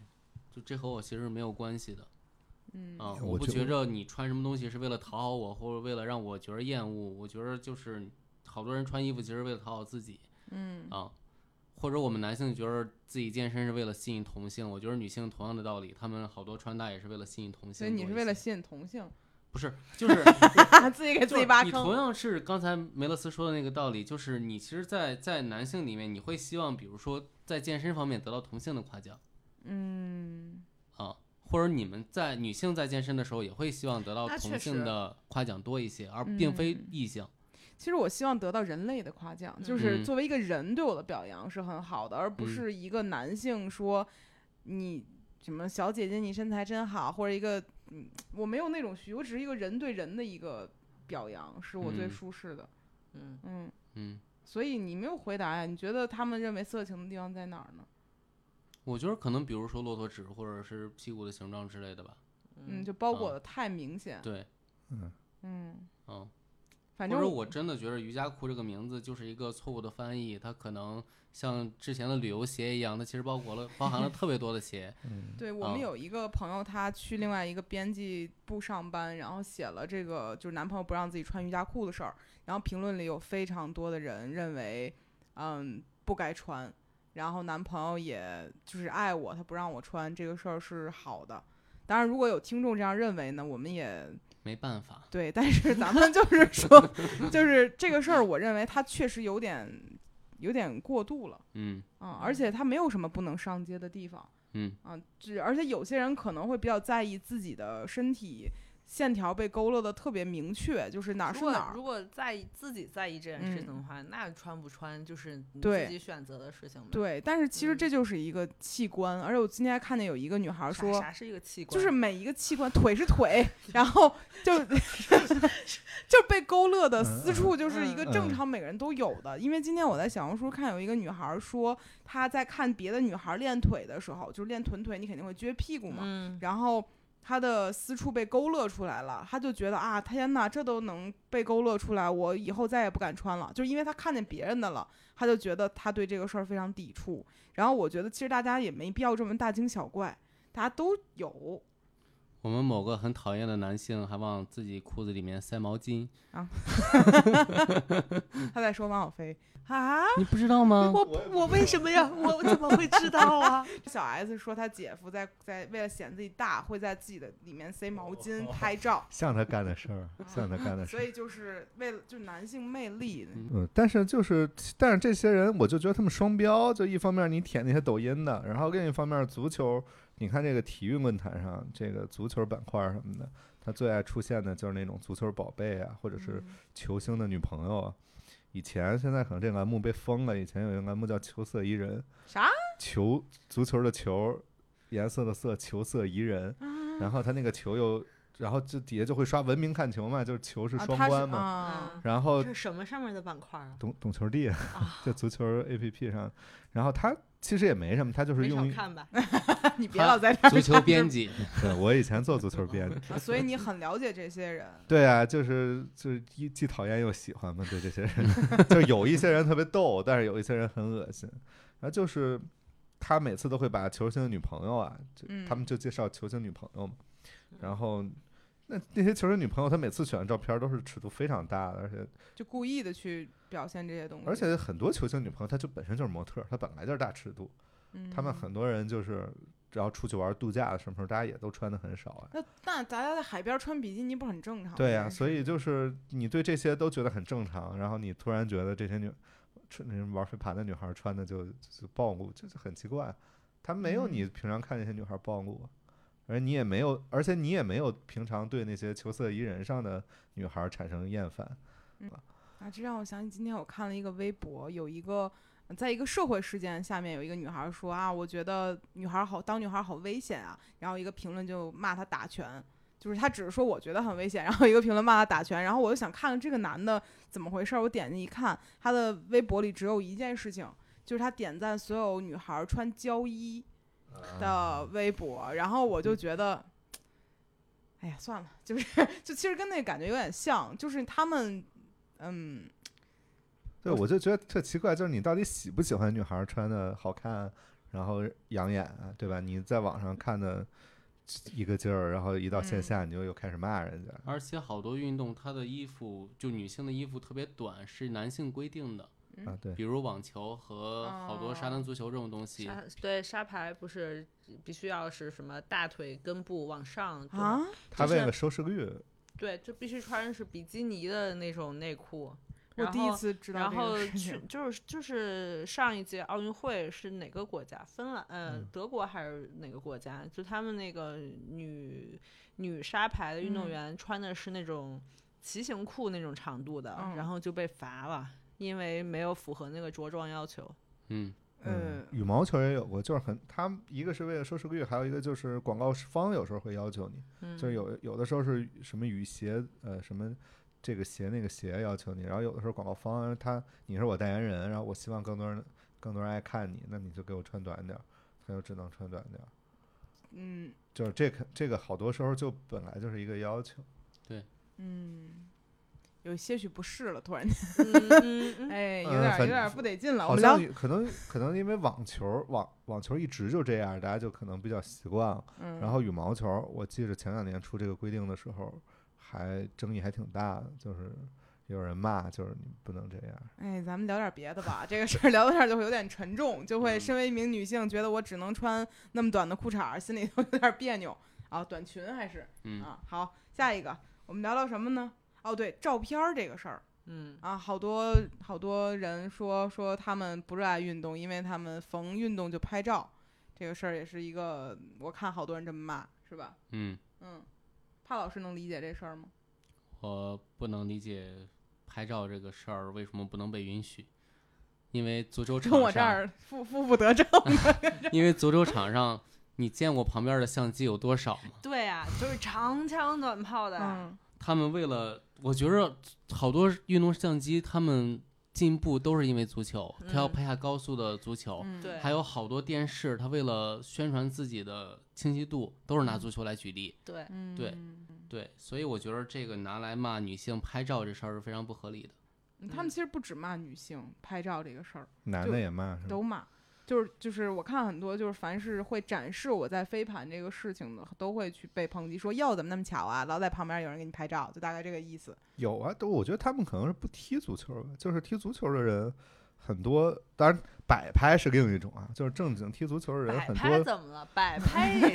就这和我其实没有关系的。嗯啊，我我不觉觉着你穿什么东西是为了讨好我，或者为了让我觉得厌恶。我觉着就是好多人穿衣服其实为了讨好自己嗯啊，或者我们男性觉着自己健身是为了吸引同性，我觉得女性同样的道理，她们好多穿搭也是为了吸引同性多一些。所以你是为了吸引同性， [LAUGHS] 不是就是自己给自己就挖是你同坑。样是刚才梅勒斯说的那个道理，就是你其实在，在男性里面，你会希望，比如说在健身方面得到同性的夸奖嗯，啊，或者你们在女性在健身的时候也会希望得到那确同性实的夸奖多一些，而并非嗯异性。其实我希望得到人类的夸奖，就嗯是作为一个人对我的表扬是很好的，而不嗯是一个男性说你什么小姐姐你身材真好，或者一个嗯，我没有那种需求，我只是一个人对人的一个表扬，是我最嗯舒适的。嗯，嗯，嗯，所以你没有回答呀？你觉得他们认为色情的地方在哪儿呢？我觉得可能比如说骆驼趾或者是屁股的形状之类的吧。嗯，嗯，就包裹啊的太明显。对，嗯，嗯，嗯，反或正者我真的觉得瑜伽裤这个名字就是一个错误的翻译，它可能像之前的旅游鞋一样，它其实包裹了包含了特别多的鞋。对我们啊有一个朋友，他去另外一个编辑部上班，然后写了这个就是男朋友不让自己穿瑜伽裤的事儿，然后评论里有非常多的人认为，嗯，不该穿，然后男朋友也就是爱我，他不让我穿这个事儿是好的。当然，如果有听众这样认为呢，我们也没办法，对，但是咱们就是说，就是这个事儿，我认为他确实有点有点过度了。嗯啊，而且他没有什么不能上街的地方嗯啊，只而且有些人可能会比较在意自己的身体线条被勾勒的特别明确，就是哪儿如是果哪儿如。果在意自己在意这件事情的嗯话，那穿不穿就是你对自己选择的事情嘛。对，但是其实嗯这就是一个器官，而且我今天还看见有一个女啥，孩说，啥是一个器官？就是每一个器官，腿是腿，然后 [LAUGHS] 就就被勾勒的私处嗯就是一个正常每个人都有的。因为今天我在小红书看有一个女孩说，她在看别的女孩练腿的时候，就是练臀腿，你肯定会撅屁股嘛，嗯，然后他的私处被勾勒出来了，他就觉得啊，天哪，这都能被勾勒出来，我以后再也不敢穿了，就是因为他看见别人的了，他就觉得他对这个事儿非常抵触。然后我觉得其实大家也没必要这么大惊小怪，大家都有，我们某个很讨厌的男性还往自己裤子里面塞毛巾，他在说王小飞，啊！你不知道吗？我我为什么要我怎么会知道 [LAUGHS] 啊？ [LAUGHS] 小 S 说他姐夫在在为了显自己大，会在自己的里面塞毛巾拍照，像他干的事儿，像他干的事所儿。以就是为了就男性魅力，嗯，但是就是，但是这些人，我就觉得他们双标。就一方面你舔那些抖音的，然后另一方面足球，你看这个体育论坛上，这个足球板块什么的，他最爱出现的就是那种足球宝贝啊，或者是嗯球星的女朋友啊。以前现在可能这个栏目被封了，以前有一个栏目叫“球色宜人”，啥？球足球的球，颜色的色，球色宜人。啊然后他那个球又，然后这底下就会刷文明看球嘛，就是球是啊双他关嘛。啊，然后是什么上面的板块啊？懂懂球帝， [LAUGHS] 在足球 APP 上，然后他其实也没什么，他就是没少用于。看吧？ [LAUGHS] 你别老在这 [LAUGHS] 儿足球编 [LAUGHS] 辑，对，我以前做足 [LAUGHS] 球编，啊所以你很了解这些人，对啊，就是就是一既讨厌又喜欢嘛，对这些人， [LAUGHS] 就有一些人特别逗，但是有一些人很恶心。然后就是他每次都会把球星的女朋友啊，就嗯他们就介绍球星女朋友嘛，嗯然后。那那些球星女朋友，她每次选的照片都是尺度非常大的，而且就故意的去表现这些东西，嗯而且很多球星女朋友，她就本身就是模特儿，她本来就是大尺度，他们嗯很多人就是只要出去玩儿度假的什么时候，大家也都穿的很少啊。那那大家在海边穿比基尼不是很正常吗？对呀、哦这是所以就是你对这些都觉得很正常，然后你突然觉得这些女穿那玩飞盘的女孩穿的就就暴露，这就很奇怪。她没有嗯你平常看那些女孩暴露啊，而你也没有，而且你也没有平常对那些球色宜人上的女孩产生厌烦。啊，这让我想起今天我看了一个微博，有一个呃在一个社会事件下面有一个女孩说啊，我觉得女孩好当女孩好危险啊，然后一个评论就骂她打拳。就是她只是说我觉得很危险，然后一个评论骂她打拳，然后我就想看看这个男的怎么回事儿。我点进一看，他的微博里只有一件事情，就是他点赞所有女孩穿胶衣啊的微博，然后我就嗯觉得，哎呀，算了，就是就其实跟那个感觉有点像，就是他们，嗯，对，我我就觉得特奇怪，就是你到底喜不喜欢女孩穿的好看，然后养眼啊，对吧？你在网上看的一个劲儿，然后一到线嗯下你就又开始骂人家。而且好多运动它的衣服就女性的衣服特别短，是男性规定的，啊，对，比如网球和好多沙滩足球这种东西。沙对沙排不是必须要是什么大腿根部往上这种啊，他就为是了收视率，对，就必须穿是比基尼的那种内裤。我然第一后次知道。然后 [LAUGHS] 去， [LAUGHS] 就是就是上一届奥运会是哪个国家？芬兰，呃，嗯德国还是哪个国家？就他们那个女女沙排的运动嗯员穿的是那种骑行裤那种长度的，嗯然后就被罚了，因为没有符合那个着装要求。嗯，嗯嗯，羽毛球也有过，就是很，他们一个是为了收视率，还有一个就是广告方有时候会要求你，嗯，就是有有的时候是什么雨鞋，呃，什么这个鞋那个鞋要求你，然后有的时候广告方他你是我代言人，然后我希望更多人更多人爱看你，那你就给我穿短点儿，他就只能穿短点儿。嗯就是这个这个好多时候就本来就是一个要求，嗯，有些许不适了，突然间，嗯嗯嗯 [LAUGHS] 哎，有嗯点有很点不得劲了。我好们像聊也可能可能因为网球网网球一直就这样，大家就可能比较习惯了。嗯，然后羽毛球，我记着前两年出这个规定的时候，还争议还挺大的，就是有人骂，就是你不能这样。哎，咱们聊点别的吧，这个事儿聊 [LAUGHS] 到这儿就会有点沉重，就会嗯身为一名女性，觉得我只能穿那么短的裤衩儿，心里头 [LAUGHS] 有点别扭啊，短裙还是嗯啊。好，下一个我们聊聊什么呢？哦，对，照片儿这个事儿。嗯，啊，好多好多人说说他们不热爱运动，因为他们逢运动就拍照，这个事儿也是一个我看好多人这么骂，是吧？嗯，嗯，帕老师能理解这事儿吗？我不能理解拍照这个事儿为什么不能被允许，因为足球场跟我这上，儿负负 [LAUGHS] 不得正，因为足球场上，你见过旁边的相机有多少吗？对啊，就是长枪短炮的。嗯，他们为了，我觉着好多运动相机，他们进步都是因为足球，他要嗯拍下高速的足球，嗯对还有好多电视，他为了宣传自己的清晰度，都是拿嗯足球来举例。对，嗯对对，所以我觉得这个拿来骂女性拍照这事儿是非常不合理的。嗯他们其实不只骂女性拍照这个事儿，男就的也骂是吧？都骂。就是就是我看很多就是凡是会展示我在飞盘这个事情的，都会去被抨击说哟怎么那么巧啊，老在旁边有人给你拍照，就大概这个意思。有啊，都我觉得他们可能是不踢足球吧，就是踢足球的人很多，当然摆拍是另一种啊，就是正经踢足球的人摆很拍多。怎么了？ [LAUGHS] 摆拍也，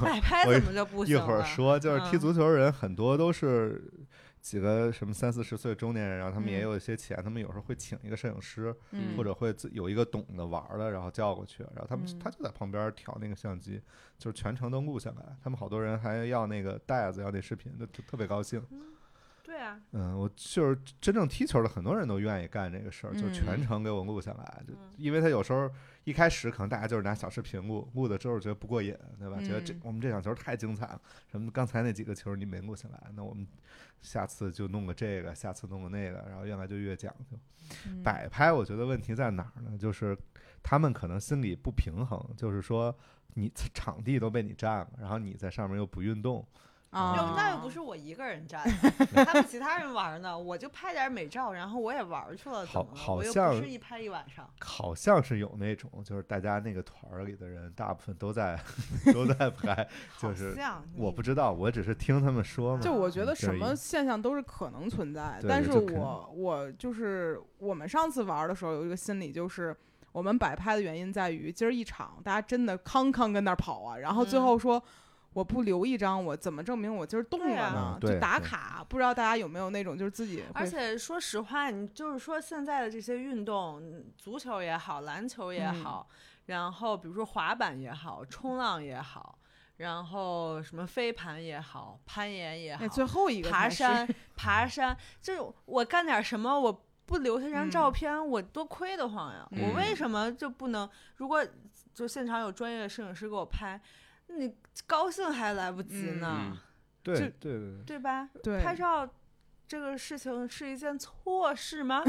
摆拍我一怎么就不一行了？会儿说，就是踢嗯足球的人很多都是几个什么三四十岁中年人，然后他们也嗯有一些钱，他们有时候会请一个摄影师，嗯或者会自有一个懂得玩儿的，然后叫过去，然后他们、嗯他就在旁边调那个相机，就是全程都录下来。他们好多人还要那个袋子，要那视频，就就特别高兴。对啊，嗯，我就是真正踢球的，很多人都愿意干这个事儿，就全嗯程给我录下来。就嗯因为他有时候一开始可能大家就是拿小视频录，录了之后觉得不过瘾，对吧？觉得这嗯我们这场球太精彩了，什么刚才那几个球你没录下来，那我们下次就弄个这个，下次弄个那个，然后越来就越讲究。嗯摆拍，我觉得问题在哪儿呢？就是他们可能心里不平衡，就是说你场地都被你占了，然后你在上面又不运动，啊，要那又不是我一个人站，他们其他人玩呢，我就拍点美照，然后我也玩去了，怎好么了好我又像不是一拍一晚上，好像是有那种，就是大家那个团儿里的人大部分都在 [LAUGHS] 都在 [LAUGHS] 拍，就好是像我你不知道，我只是听他们说嘛。嗯就我觉嗯得这什儿么一现象都是可能存在，对但对是就肯我我就是我们上次玩的时候有一个心理就是。我们摆拍的原因在于，今儿一场大家真的康康跟那儿跑啊，然后最嗯后说、我不留一张，我怎么证明我今儿动对了啊呢？嗯对就打对卡，不知道大家有没有那种就是自己而会且说实话，你就是说现在的这些运动，嗯足球也好，篮球也嗯好，然后比如说滑板也好，冲浪也好，然后什么飞盘也好，攀岩也好那，最后一个爬才是山 [LAUGHS] 爬山，这种我干点什么我。不留下张照嗯片，我多亏得慌呀！嗯我为什么就不能？如果就现场有专业摄影师给我拍，你高兴还来不及呢，啊嗯，对就对对对对吧？对拍照这个事情是一件错事吗？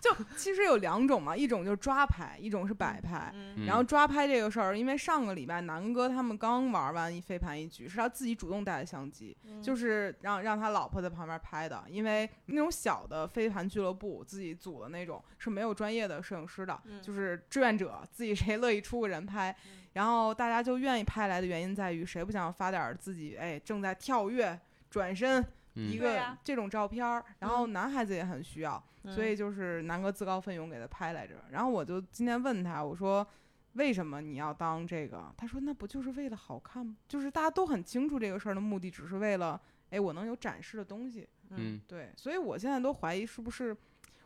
就其实有两种嘛，一种就是抓拍，一种是摆拍。嗯然后抓拍这个事儿，因为上个礼拜南哥他们刚玩完一飞盘一局，是他自己主动带的相机，嗯就是让让他老婆在旁边拍的。因为那种小的飞盘俱乐部自己组的那种是没有专业的摄影师的，嗯就是志愿者自己谁乐意出个人拍，然后大家就愿意拍来的原因在于谁不想发点儿自己哎正在跳跃转身一嗯对个呀这种照片儿，然后男孩子也很需要。所以嗯就是南哥自告奋勇给他拍来着。然后我就今天问他，我说为什么你要当这个？他说那不就是为了好看吗？就是大家都很清楚这个事儿的目的，只是为了哎我能有展示的东西。嗯，对，所以我现在都怀疑是不是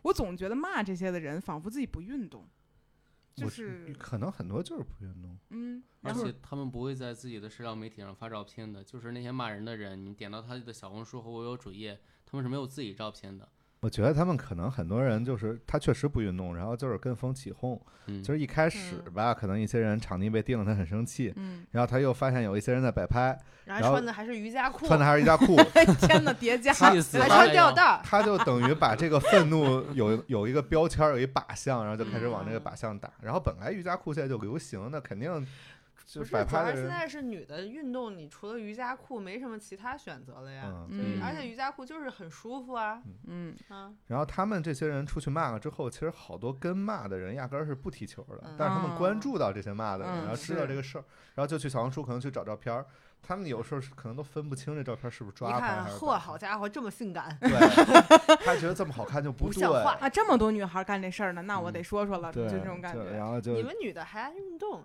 我总觉得骂这些的人仿佛自己不运动，就我是可能很多就是不运动。嗯，而然后且他们不会在自己的社交媒体上发照片的，就是那些骂人的人，你点到他的小红书和我有主页，他们是没有自己照片的。我觉得他们可能很多人就是他确实不运动，然后就是跟风起哄，嗯，就是一开始嗯吧，可能一些人场地被定了，他很生气，嗯，然后他又发现有一些人在摆拍，然然后后穿的还是瑜伽裤，哎穿的还是瑜 [LAUGHS] 伽裤，天呐，叠 [LAUGHS] 加气死了！还穿哎吊呦带儿， [LAUGHS] 他就等于把这个愤怒有有一个标签儿，有一靶向，然后就开始往这个靶向打。然后本来瑜伽裤现在就流行，那肯定就不摆是，主要是拍的现人，在是女的运动，你除了瑜伽裤没什么其他选择了呀。嗯，就是嗯而且瑜伽裤就是很舒服啊，嗯啊，然后他们这些人出去骂了之后，其实好多跟骂的人压根儿是不踢球的，嗯但是他们关注到这些骂的人，嗯然后知道是这个事儿，然后就去小红书可能去找照片儿。他们有时候是可能都分不清这照片是不是一抓拍看，还是嚯，摆好家伙，这么性感，对，他觉得这么好看就不对像，话啊，这么多女孩干这事儿呢，那我嗯得说说了，对，就这种感就觉。然后就你们女的还爱运动，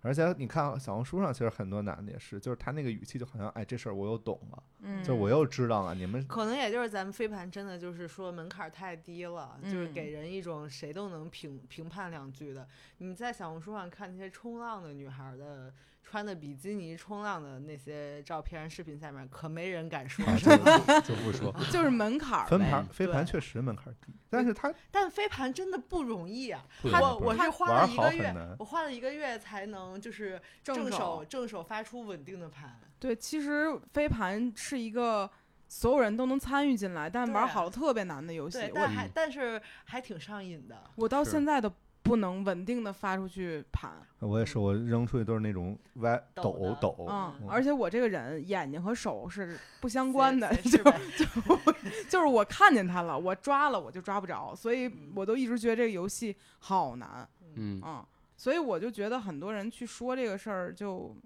而且你看小红书上，其实很多男的也是，就是他那个语气就好像，哎，这事儿我又懂了，嗯，就是我 [LAUGHS] 又知道了，你 [LAUGHS] 们可能也就是咱们飞盘真的就是说门槛儿太低了，就是嗯给人一种谁都能评评判两句的。你在小红书上看那些冲浪的女孩儿的穿的比基尼冲浪的那些照片、视频下面，可没人敢说啊什么。就不说。就是门槛儿分呗盘飞盘对确实门槛低，但是他但飞盘真的不容易啊！不容我易不我容是花了玩一好个很难月，我花了一个月才能就是正手手正手发出稳定的盘。对，其实飞盘是一个所有人都能参与进来，但对玩啊好了特别难的游戏对，。但我还嗯但是还挺上瘾的。我到是现在都不能稳定的发出去盘，我也是，我扔出去都是那种歪抖抖的抖，嗯，嗯而且我这个人眼睛和手是不相关的， [LAUGHS] 谁谁就知呗就是我看见它了，我抓了我就抓不着，所以嗯我都一直觉得这个游戏好难，嗯，嗯，所以我就觉得很多人去说这个事儿，就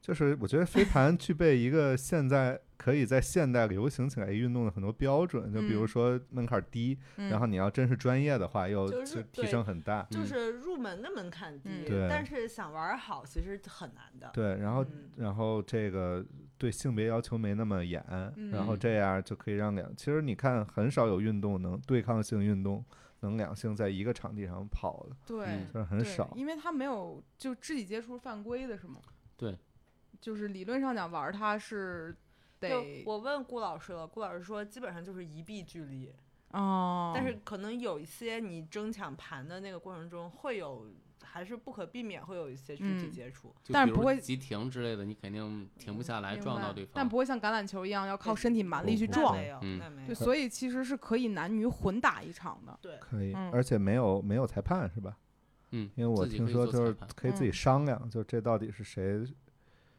就是我觉得飞盘具备一个现在可以在现代流行起来运动的很多标准，就比如嗯说门槛低，嗯然后你要真是专业的话，又就是就提对升很大。就嗯是入门的门槛低嗯，对但是想玩儿好其实很难的。对，然后嗯然后这个对性别要求没那么严，然后嗯这样就可以让两。其实你看，很少有运动能对抗性运动能两性在一个场地上跑的，对、嗯就是很对，少。因为他没有就肢体接触犯规的是吗？对，就是理论上讲玩儿它是就得我问顾老师了，顾老师说基本上就是一臂距离，哦，但是可能有一些你争抢盘的那个过程中会有，还是不可避免会有一些肢体嗯接触。就但比是如不会急停之类的，你肯定停不下来，明撞到白对方。但不会像橄榄球一样要靠身体蛮力去不那撞。没有，嗯那没有。对，所以其实是可以男女混打一场的。对，可以，嗯而且没有没有裁判是吧？嗯，因为我自己听可以说做就是裁判可以自己嗯商量，就这到底是谁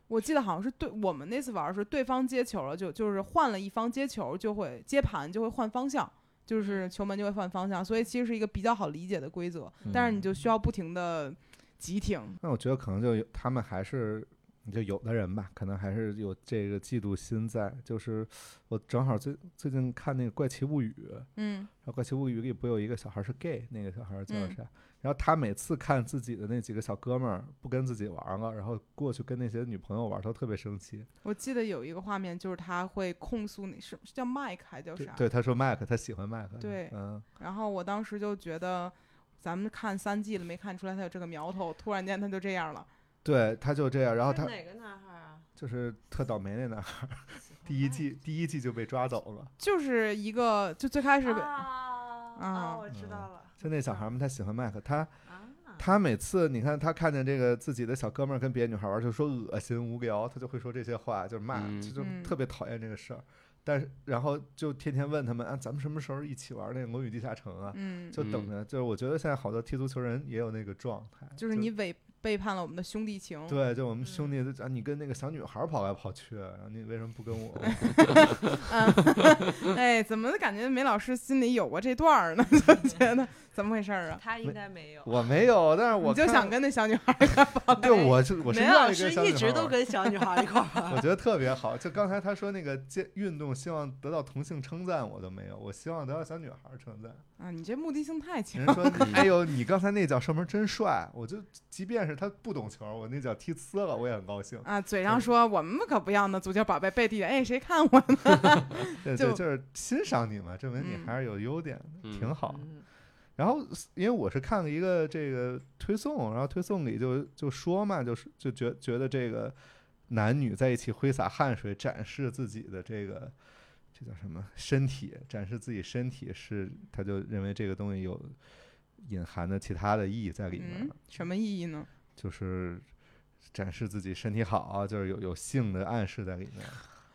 我记得好像是对我们那次玩儿是对方接球了，就就是换了一方接球就会接盘就会换方向，嗯就是球门就会换方向，所以其实是一个比较好理解的规则，嗯但是你就需要不停的急停。那我觉得可能就有他们还是，就有的人吧，可能还是有这个嫉妒心在。就是我正好最最近看那个《怪奇物语》，嗯然后《怪奇物语》里不有一个小孩是 gay，那个小孩叫嗯啥？然后他每次看自己的那几个小哥们儿不跟自己玩了，然后过去跟那些女朋友玩，他特别生气。我记得有一个画面就是他会控诉你是是叫 Mike 还叫对啥？，对，他说麦克，他喜欢麦克。对嗯，然后我当时就觉得。咱们看三季了，没看出来他有这个苗头，突然间他就这样了。对，他就这样。然后是他哪个男孩啊？就是特倒霉那男孩儿，喜欢第一他季第一季就被抓走了。就是一个，就最开始啊啊啊啊！我知嗯道了就那小孩儿嘛，他喜欢麦克，他嗯啊。他每次你看他看见这个自己的小哥们儿跟别的女孩玩儿，就说恶心无聊，他就会说这些话，就是骂，嗯就就嗯特别讨厌这个事儿。但是然后就天天问他们啊，咱们什么时候一起玩儿那个《龙与地下城》啊？嗯，就等嗯着，就是我觉得现在好多踢足球人也有那个状态，就是你违背叛了我们的兄弟情。对，就我们兄弟啊，你跟那个小女孩儿跑来跑去，然后你为什么不跟我？嗯，哎，怎么感觉梅老师心里有过这段儿呢？ [LAUGHS] 就觉得怎么回事儿啊？ [LAUGHS] 他应没该没有，我没有，但是我你就看想跟那小女孩 [LAUGHS] 儿，哎对，我是我是梅让老一个师小一女直孩都玩跟小女孩一块儿玩啊我觉得特别好。就刚才他说那个接运动，希望得到同性称赞，我都没有，我希望得到小女孩儿称赞。啊，你这目的性太强人。 [LAUGHS] 说你，哎呦，你刚才那脚射门真帅，我就即便是他不懂球，我那脚踢呲了，我也很高兴。啊，嘴上说我们可不要那足球宝贝贝蒂，哎，谁看我呢？对就对，就是欣赏你嘛，证明你嗯还是有优点的，嗯挺 [LAUGHS] 好。嗯然后因为我是看了一个这个推送，然后推送里就就说嘛，就是就觉觉得这个男女在一起挥洒汗水，展示自己的这个这叫什么身体，展示自己身体是，他就认为这个东西有隐含的其他的意义在里面，嗯，什么意义呢？就是展示自己身体好啊，就是有有性的暗示在里面。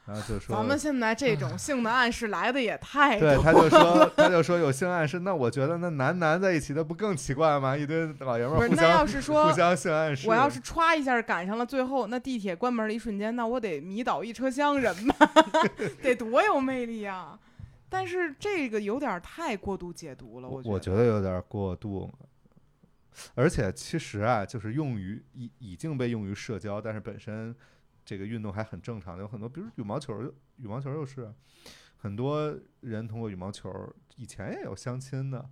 然后就说咱们现在这种性的暗示来的也太对，多他就说，他就说有性暗示，那我觉得那男男在一起，那不更奇怪吗？一堆老爷们不儿是？互那相要是说互相性暗示。我要是歘一下赶上了最后，那地铁关门的一瞬间，那我得迷倒一车厢人吧， [LAUGHS] 得多有魅力啊！但是这个有点儿太过度解读了，我觉得。觉得有点过度了，而且其实啊，就是用于已已经被用于社交，但是本身这个运动还很正常的，有很多，比如羽毛球就，羽毛球就是啊很多人通过羽毛球，以前也有相亲的，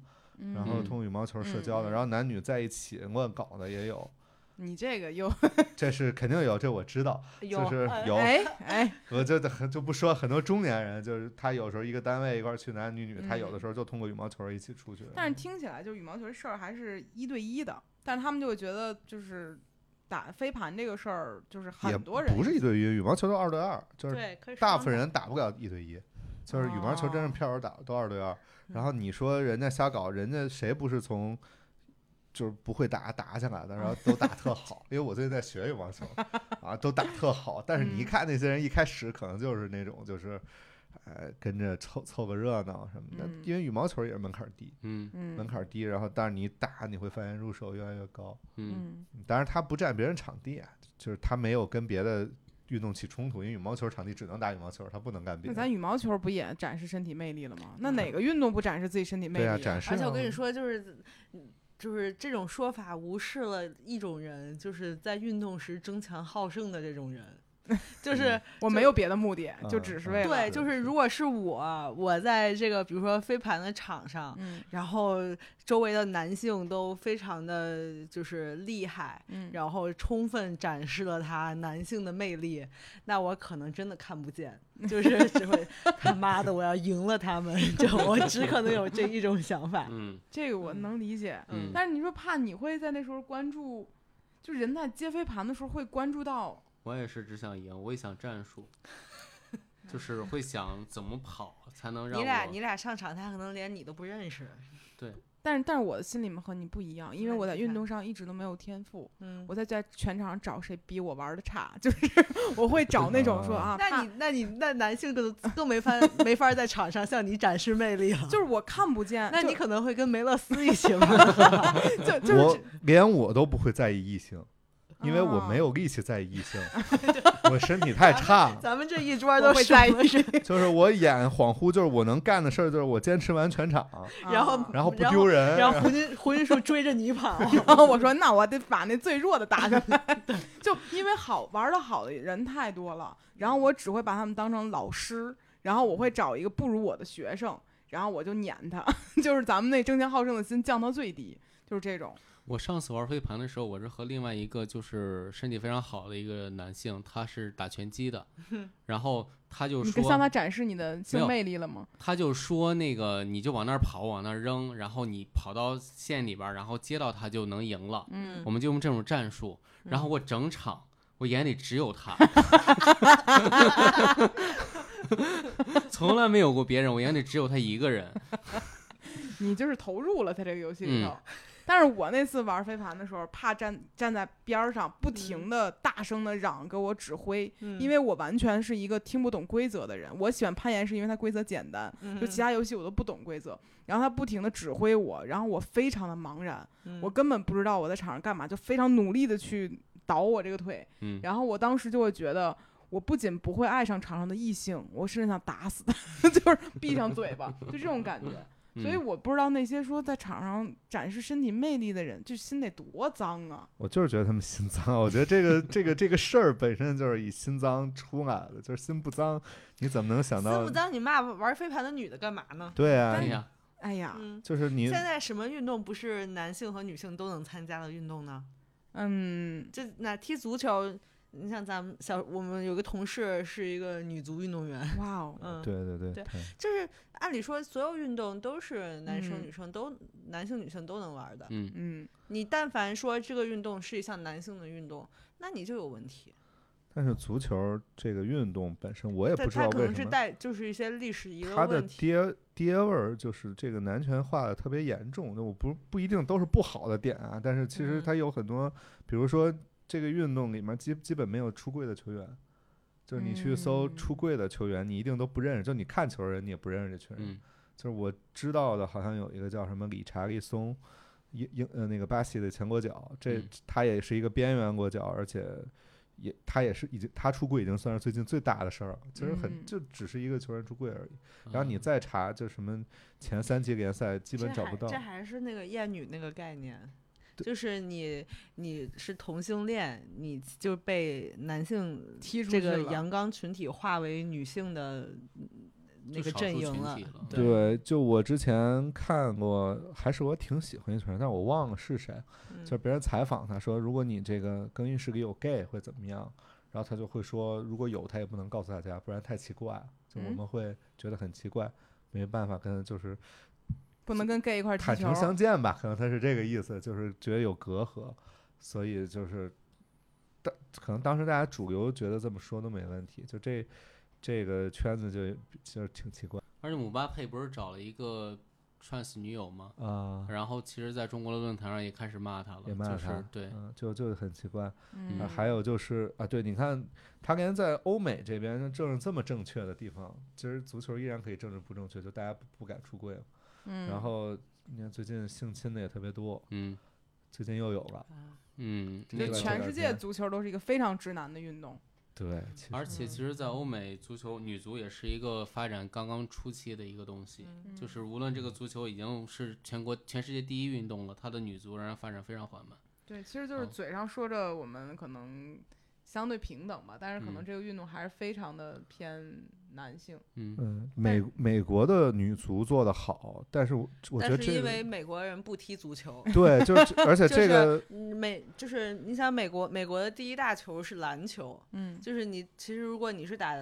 然后嗯通过羽毛球社交的，嗯嗯然后男女在一起乱搞的也有，你这个又这是肯定有，这我知道，有就是呃有。哎哎，我就很就不说很多中年人，就是他有时候一个单位一块儿去男男女女，他有的时候就通过羽毛球一起出去。嗯但是听起来就是羽毛球这事儿还是一对一的，但是他们就会觉得就是打飞盘这个事儿，就是也很多人不是一对一，羽毛球都二对二，就是对，可以大双部分打人打不了一对一，就是羽毛球真是哦嗯票友打都二对二。然后你说人家瞎搞，人家谁不是从就是不会打打起来的，然后都打特好？因为我最近在学羽毛 [LAUGHS] 球啊，都打特好。但是你嗯一看那些人一开始可能就是那种就是。呃，跟着凑凑个热闹什么的，嗯因为羽毛球也是门槛低，嗯门嗯槛低，然后但是你一打你会发现入手越来越高。嗯嗯当然，他不占别人场地啊，就是他没有跟别的运动起冲突，因为羽毛球场地只能打羽毛球，他不能干别那的。咱羽毛球不也展示身体魅力了吗？那哪个运动不展示自己身体魅对力、啊，展示、啊。而且我跟你，说，就是就是这种说法无视了一种人，就是在运动时争强好胜的这种人，就是我没有别的目的，就只是为了对，嗯对就是是如果是我，我在这个比如说飞盘的场上，嗯然后周围的男性都非常的就是厉害，嗯，然后充分展示了他男性的魅力，那我可能真的看不见，就是 [LAUGHS] 只会他妈的我要赢了他们， [LAUGHS] 就我只可能有这一种想法。嗯这个我能理解。嗯但是你说怕你会在那时候关注，就人在接飞盘的时候会关注到，我也是只想赢，我也想战 [LAUGHS] 术，就是会想怎么跑才能让你俩你我俩上场，他可能连你都不认识。但是但是我的心里面和你不一样，因为那我在你运看动上一直都没有天赋，嗯，我在在全场找谁比我玩的差，就是 [LAUGHS] 我会找那种说啊，那怕你那你那男性更更 [LAUGHS] 没法没法在场上向你展示魅力了。就是我看不见，那就你可能会跟梅勒斯一起玩。 [LAUGHS] 就就是我连我都不会在意异性，因为我嗯没有力气在意异性，我身体太 [LAUGHS] 差了。咱们这一桌我都会是在意什么人，就是我眼恍惚，就是我能干的事儿，就是我坚持完全场，然嗯后然后不丢人， [LAUGHS] 然后胡军胡军树追着你跑。 [LAUGHS] 然后我说那我得把那最弱的打下来，就因为好玩的好的人太多了，然后我只会把他们当成老师，然后我会找一个不如我的学生，然后我就撵他， [LAUGHS] 就是咱们那争强好胜的心降到最低，就是这种。我上次玩飞盘的时候，我是和另外一个就是身体非常好的一个男性，他是打拳击 [LAUGHS] 的，然后他就你说向他展示你的没性有魅力了吗？他就说那个你就往那儿跑，往那儿扔，然后你跑到线里边儿，然后接到他就能赢了。嗯，我们就用这种战术，然后我整场我眼里只有他， [LAUGHS] 从来没有过别人，我眼里只有他一个人。你就是投入了在这个游戏里头。嗯但是我那次玩飞盘的时候，怕站站在边儿上，不停的大声的嚷，给我指挥，嗯因为我完全是一个听不懂规则的人。我喜欢攀岩是因为它规则简单，嗯就嗯其他游戏我都不懂规则。然后他不停的指挥我，然后我非常的茫然，嗯嗯我根本不知道我在场上干嘛，就非常努力的去倒我这个腿。嗯，然后我当时就会觉得，我不仅不会爱上场上的异性，我甚至想打死他， [LAUGHS] 就是闭上嘴巴，就这种感觉。所以嗯我不知道那些说在场上展示身体魅力的人，这心得多脏啊！我就是觉得他们心脏，我觉得这个这个这个事儿本身就是以心脏出来的，就是心不脏，你怎么能想四到不？脏，你骂玩飞盘的女的干嘛呢？对啊哎但，呀，哎呀，嗯，就是你现在什么运动不是男性和女性都能参加的运动呢？嗯，这那踢足球，你像咱们小我们有个同事是一个女足运动员，哇哦，嗯，对对对对对，就是按理说所有运动都是男生嗯女生都、男性女性都能玩的，嗯，嗯，你但凡说这个运动是一项男性的运动，那你就有问题。但是足球这个运动本身，我也但不知他道可为能什是么带就是一些历史遗留它的问题。爹爹味儿就是这个男权化的特别严重。那我不不一定都是不好的点啊，但是其实嗯它有很多，比如说这个运动里面基基本没有出柜的球员，就是你去搜嗯出柜的球员，你一定都不认识。就你看球的人，你也不认识这群人。嗯就是我知道的，好像有一个叫什么理查利松，英英呃那个巴西的前国脚，这嗯他也是一个边缘国脚，而且也他也是已经他出柜已经算是最近最大的事儿了，其实很嗯就只是一个球员出柜而已。然嗯后你再查就什么前三级联赛基这本找还不到这，还是那个厌女那个概念，对就是你你是同性恋，你就被男性踢出这去个了阳刚群体化为女性的嗯那就个少阵数营群了体了。对，就我之前看过，还是我挺喜欢一群人，但我忘了是谁。嗯就是别人采访他说，如果你这个更衣室里有 gay 会怎么样？然后他就会说，如果有他也不能告诉大家，不然太奇怪，就我嗯们会觉得很奇怪，没办法跟就是不能跟 gay 一块儿踢坦球诚，相见吧，可能他是这个意思，就是觉得有隔阂，所以就是当可能当时大家主流觉得这么说都没问题，就这这个圈子就就是挺奇怪而且姆巴佩不是找了一个 trans 女友吗？啊。然后其实在中国的论坛上也开始骂他了，也骂就他是，对，嗯，就就是很奇怪，嗯啊，还有就是啊，对，你看他连在欧美这边正是这么正确的地方，其实足球依然可以政治不正确，就大家不不敢出柜了。嗯，然后你看最近性侵的也特别多，嗯最近又有了。嗯，这那个个全世这界两天足球都是一个非常直男的运动，对，其实而且其实，在欧美足球女足也是一个发展刚刚初期的一个东西，嗯就是无论这个足球已经是全国全世界第一运动了，它的女足仍然发展非常缓慢。对，其实啊就是嗯嘴上说着我们可能相对平等吧，但是可能嗯这个运动还是非常的偏男性。嗯，嗯，美美国的女足做得好，但是我我觉但得是这因个为美国人不踢足球，对，就是而 [LAUGHS] 且就这是个嗯美就是你想美国美国的第一大球是篮球，嗯，就是你其实如果你是打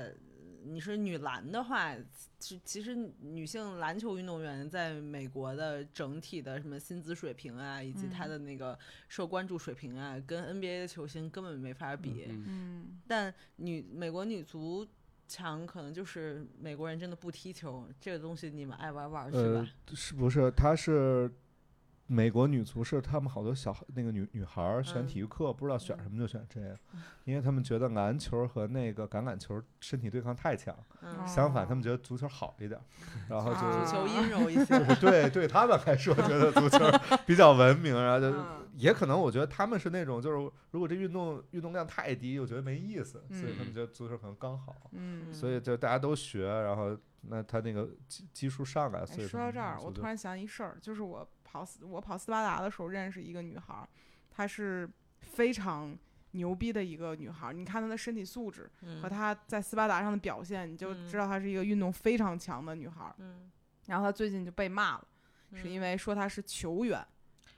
你是女篮的话，其其实女性篮球运动员在美国的整体的什么薪资水平啊，以及她嗯的那个受关注水平啊，跟 NBA 的球星根本没法比。嗯嗯，但女美国女足强，可能就是美国人真的不踢球，这个东西你们爱玩玩去吧呃。，是不是？她是美国女足是他们好多小孩那个女女孩儿选嗯体育课，不知道选嗯什么就选这个，因为他们觉得篮球和那个橄榄球身体对抗太强，嗯，相反他哦们觉得足球好一点儿，然后就足是球啊阴柔 [LAUGHS] 一些。就是对对他们来说觉得足球比较文明，然后就嗯也可能我觉得他们是那种就是如果这运动运动量太低，又觉得没意思，所以他们嗯觉得足球可能刚好。嗯，所以就大家都学，然后那他那个基基数上来，哎所以说他到们这儿，足我球突然想一事儿，就是我跑斯我跑斯巴达的时候认识一个女孩儿，她是非常牛逼的一个女孩儿。你看她的身体素质和嗯她在斯巴达上的表现，你就知嗯道她是一个运动非常强的女孩儿。嗯，然后她最近就被骂了，是因为为说她是球员，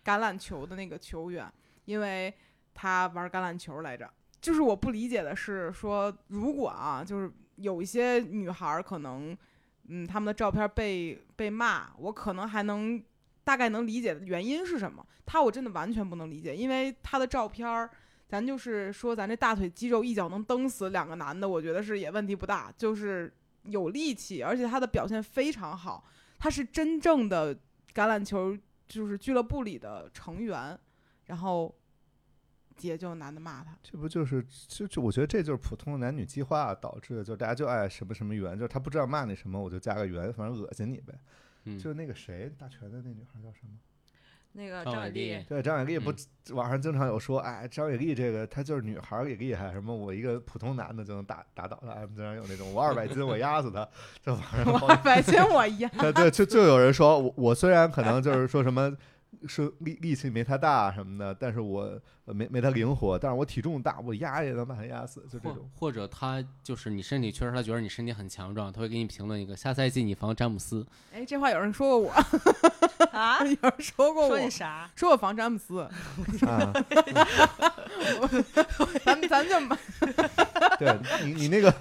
橄榄球的那个球员，因为她玩橄榄球来着。就是我不理解的是说，如果啊，就是有一些女孩儿可能，嗯，她们的照片被被骂，我可能还能大概能理解原因是什么。她我真的完全不能理解，因为她的照片儿，咱就是说咱这大腿肌肉一脚能蹬死两个男的，我觉得是也问题不大，就是有力气，而且她的表现非常好，她是真正的橄榄球就是俱乐部里的成员，然后也就有男的骂她。这不就是就就我觉得这就是普通的男女激化导致的，就大家就爱什么什么圆，就是他不知道骂你什么，我就加个圆，反正恶心你呗。嗯就是那个谁大全的那女孩叫什么？嗯那个张张伟伟丽丽，对，张伟丽不，网上经常有说，哎，张伟丽这个她就是女孩儿也厉害，什么我一个普通男的就能打打倒她，哎经常有那种我二百斤我压死她，就网上 [LAUGHS] 好 [LAUGHS] 我百斤我压，对对，就就有人说我我虽然可能就是说什么。是力力气没他大什么的，但是我呃没没他灵活，但是我体重大，我压也能把他压死，就这或种。或者他就是你身体确实，他觉得你身体很强壮，他会给你评论一个下赛季你防詹姆斯。哎，这话有人说过我， [LAUGHS] 啊有人说过我说，你啥？说我防詹姆斯，啊，咱们咱就 [LAUGHS] 对你你那个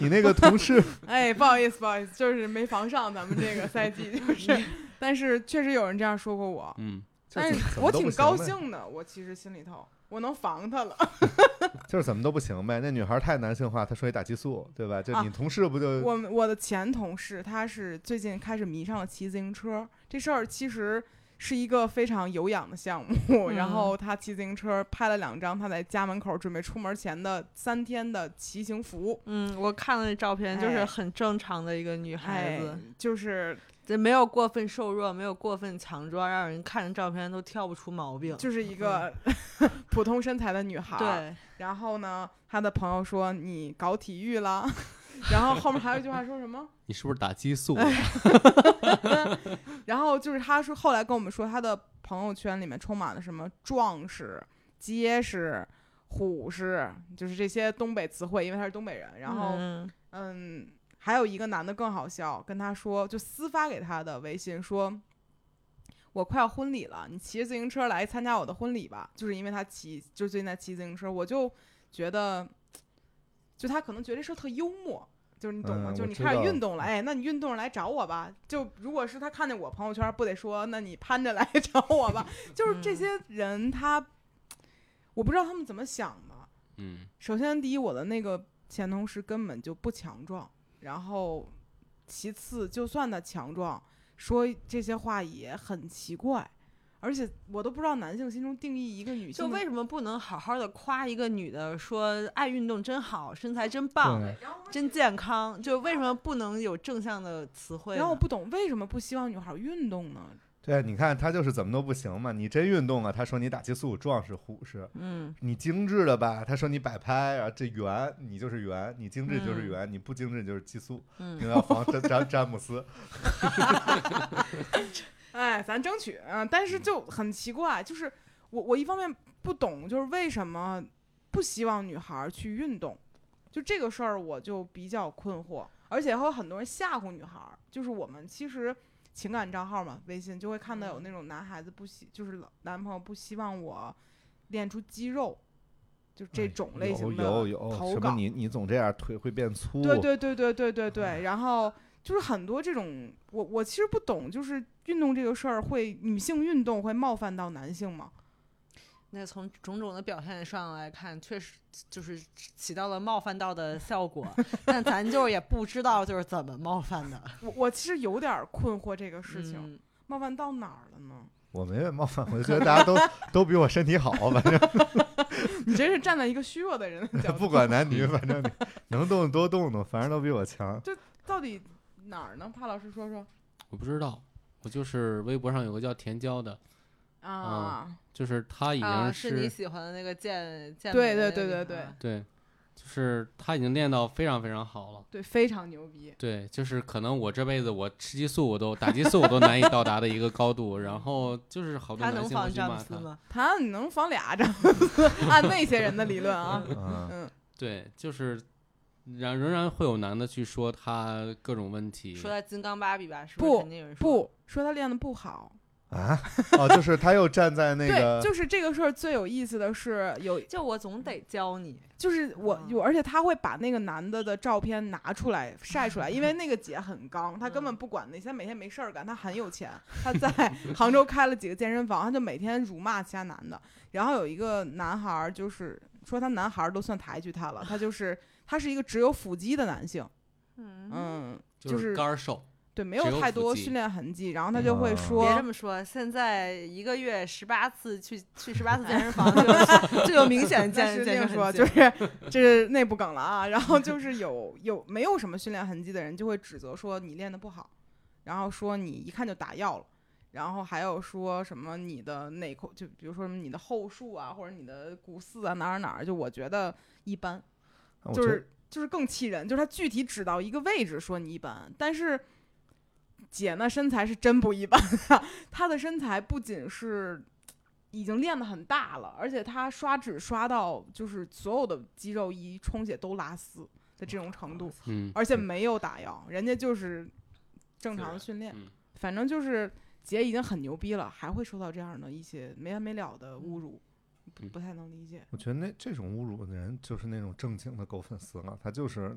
你那个 [LAUGHS] 同事， [LAUGHS] 哎，不好意思，不好意思，就是没防上咱们这个赛季， [LAUGHS] 就是，但是确实有人这样说过我，嗯，就但怎是怎我么都挺不行高呗，兴的，我其实心里头我能防他了，就是怎么都不行呗。那女孩太男性化，她说你打激素，对吧？就啊你同事不就、我们我的前同事，他是最近开始迷上了骑自行车这事儿，其实是一个非常有氧的项目。 [LAUGHS] 嗯然后他骑自行车拍了两张他在家门口准备出门前的三天的骑行服，嗯，我看了那照片，就是哎很正常的一个女孩哎子，，就是这没有过分瘦弱，没有过分强壮，让人看着照片都挑不出毛病。就是一个 [LAUGHS] 普通身材的女孩。。嗯对，然后呢，他的朋友说你搞体育了，然后后面还有一句话说什么？你是不是打激素？哎然后就是他说后来跟我们说，他的朋友圈里面充满了什么壮士、结实、虎式，就是这些东北词汇，因为他是东北人。然后嗯嗯还有一个男的更好笑，跟他说就私发给他的微信说。我快要婚礼了，你骑着自行车来参加我的婚礼吧。就是因为他骑，就是最近在骑自行车，我就觉得，就他可能觉得这事儿特幽默，就是你懂吗？嗯就是我你知开始道运动了，哎，那你运动来找我吧。就如果是他看见我朋友圈，不得说，那你攀着来 [LAUGHS] 找我吧。就是这嗯些人他，我不知道他们怎么想的，嗯，首先，第一，我的那个前同事根本就不强壮，然后其次，就算他强壮，说这些话也很奇怪，而且我都不知道男性心中定义一个女性就的为什么不能好好的夸一个女的，说爱运动真好，身材真棒，对真健康？就为什么不能有正向的词汇呢？然后我不懂为什么不希望女孩运动呢？对对，你看他就是怎么都不行嘛。你真运动啊，他说你打激素、壮是虎是；嗯，你精致了吧，他说你摆拍啊，这圆你就是圆，你精致嗯就是圆，你不精致就是激素。嗯你要防詹詹詹姆斯，哎，咱争取啊！但嗯是就很奇怪，就是我我一方面不懂，就是为什么不希望女孩儿去运动，就这个事儿我就比较困惑。而且还有很多人吓唬女孩儿，就是我们其实情感账号嘛，微信就会看到嗯有那种男孩子不希，就是老男朋友不希望我练出肌肉，就这种 [LAUGHS] 类型的哎有有有投什么稿。你你总这样腿会变粗，对对对对对对对，然后就是很多这种，我我其实不懂，就是运动这个事儿会女性运动会冒犯到男性吗？那从种种的表现上来看，确实就是起到了冒犯到的效 [LAUGHS] 果，但咱就是也不知道就是怎么冒犯的我我其实有点儿困惑这个事情，嗯冒犯到哪儿了呢？ [LAUGHS] 我没有冒犯，我就觉得大家都都比我身体好，反正你真是站在一个虚弱的人的角度， [LAUGHS] 不管男女，反正你能动多动动，反正都比我 [LAUGHS] 强。到底哪儿呢？帕老师说说我不知道，我就是微博上有个叫甜椒的，啊，就是他已啊，经是你喜欢的那个健健对美的对那对个对女孩对，就是他已经练到非常非常好了。对，非常牛逼。对，就是可能我这辈子我吃激素我都打激素我都难以到达的一个高度，然后就是好多他男能性会防去詹骂姆斯他。吗？他你能防俩这样子 [LAUGHS] 按那些人的理论啊， [LAUGHS] 嗯，嗯，对，就是然仍然会有男的去说他各种问题。说他金刚芭比吧，是不是肯定有人说？不说他练的不好，啊， [LAUGHS] 哦，就是他又站在那个对，，就是这个事儿最有意思的是有就我总得教你，就是我啊有，而且他会把那个男的的照片拿 [LAUGHS] 出来晒出来，因为那个姐很刚，她嗯根本不管那些，每天没事儿干，她很有钱，她在杭州开了几个健身房，她就每天辱骂其他男的。然后有一个男孩儿，就是说他男孩儿都算抬举他了，他就是 [LAUGHS] 他是一个只有腹肌的男性，嗯，嗯，就就是是杆儿瘦，对，没只有有太腹多肌啊训练痕迹，然后他就会嗯说，别这么说，现在一个月十八次去去十八次健 [LAUGHS] 身房 [LAUGHS] 就有，就有明显但健是健另身说，痕迹就是这是内部梗了啊。然后就是有有没有什么训练痕迹的人，就会指责说你练得不好，然后说你一看就打药了，然后还有说什么你的哪块，就比如说什么你的后束啊，或者你的股四啊哪儿哪儿，就我觉得一般，啊我就觉得是就是更气人，就是他具体指到一个位置说你一般，但是。姐那身材是真不一般啊！她的身材不仅是已经练得很大了，而且她刷脂刷到就是所有的肌肉一充血都拉丝的这种程度，嗯，而且没有打药，人家就是正常的训练嗯，反正就是姐已经很牛逼了，还会受到这样的一些没完没了的侮辱，不嗯不太能 [LAUGHS] 理解。我觉得那这种侮辱的人就是那种正经的狗粉丝了，他就是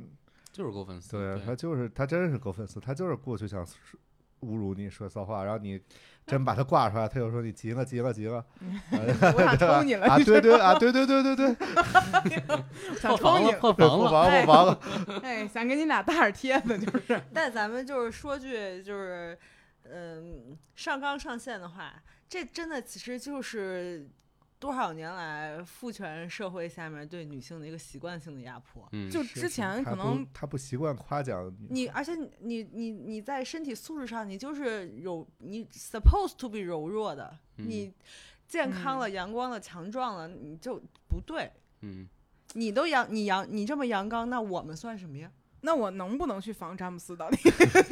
就是够粉丝。嗯对对他就是他真是狗粉丝，他就是过去想说侮辱你说骚话，然后你真把他挂出来，他又说你急了急了 [LAUGHS] 急了，我想对吧抽你了，啊你知对对道吗啊对对对对对，想破抽防你了，了，破对防不了。防不防了， [LAUGHS] 哎，想给你俩大耳贴子，就是但咱们就是说句就是，嗯，上纲上线的话，这真的其实就是多少年来父权社会下面对女性的一个习惯性的压迫。嗯，就是之是前他可不能他不习惯夸奖女你而且你你你你在身体素质上，你就是柔，你 supposed to be 柔弱的，嗯你健康嗯了、阳光了、强壮了，你就不对。嗯，你都阳，你阳，你这么阳刚，那我们算什么呀？那我能不能去防詹姆斯？到底 [LAUGHS]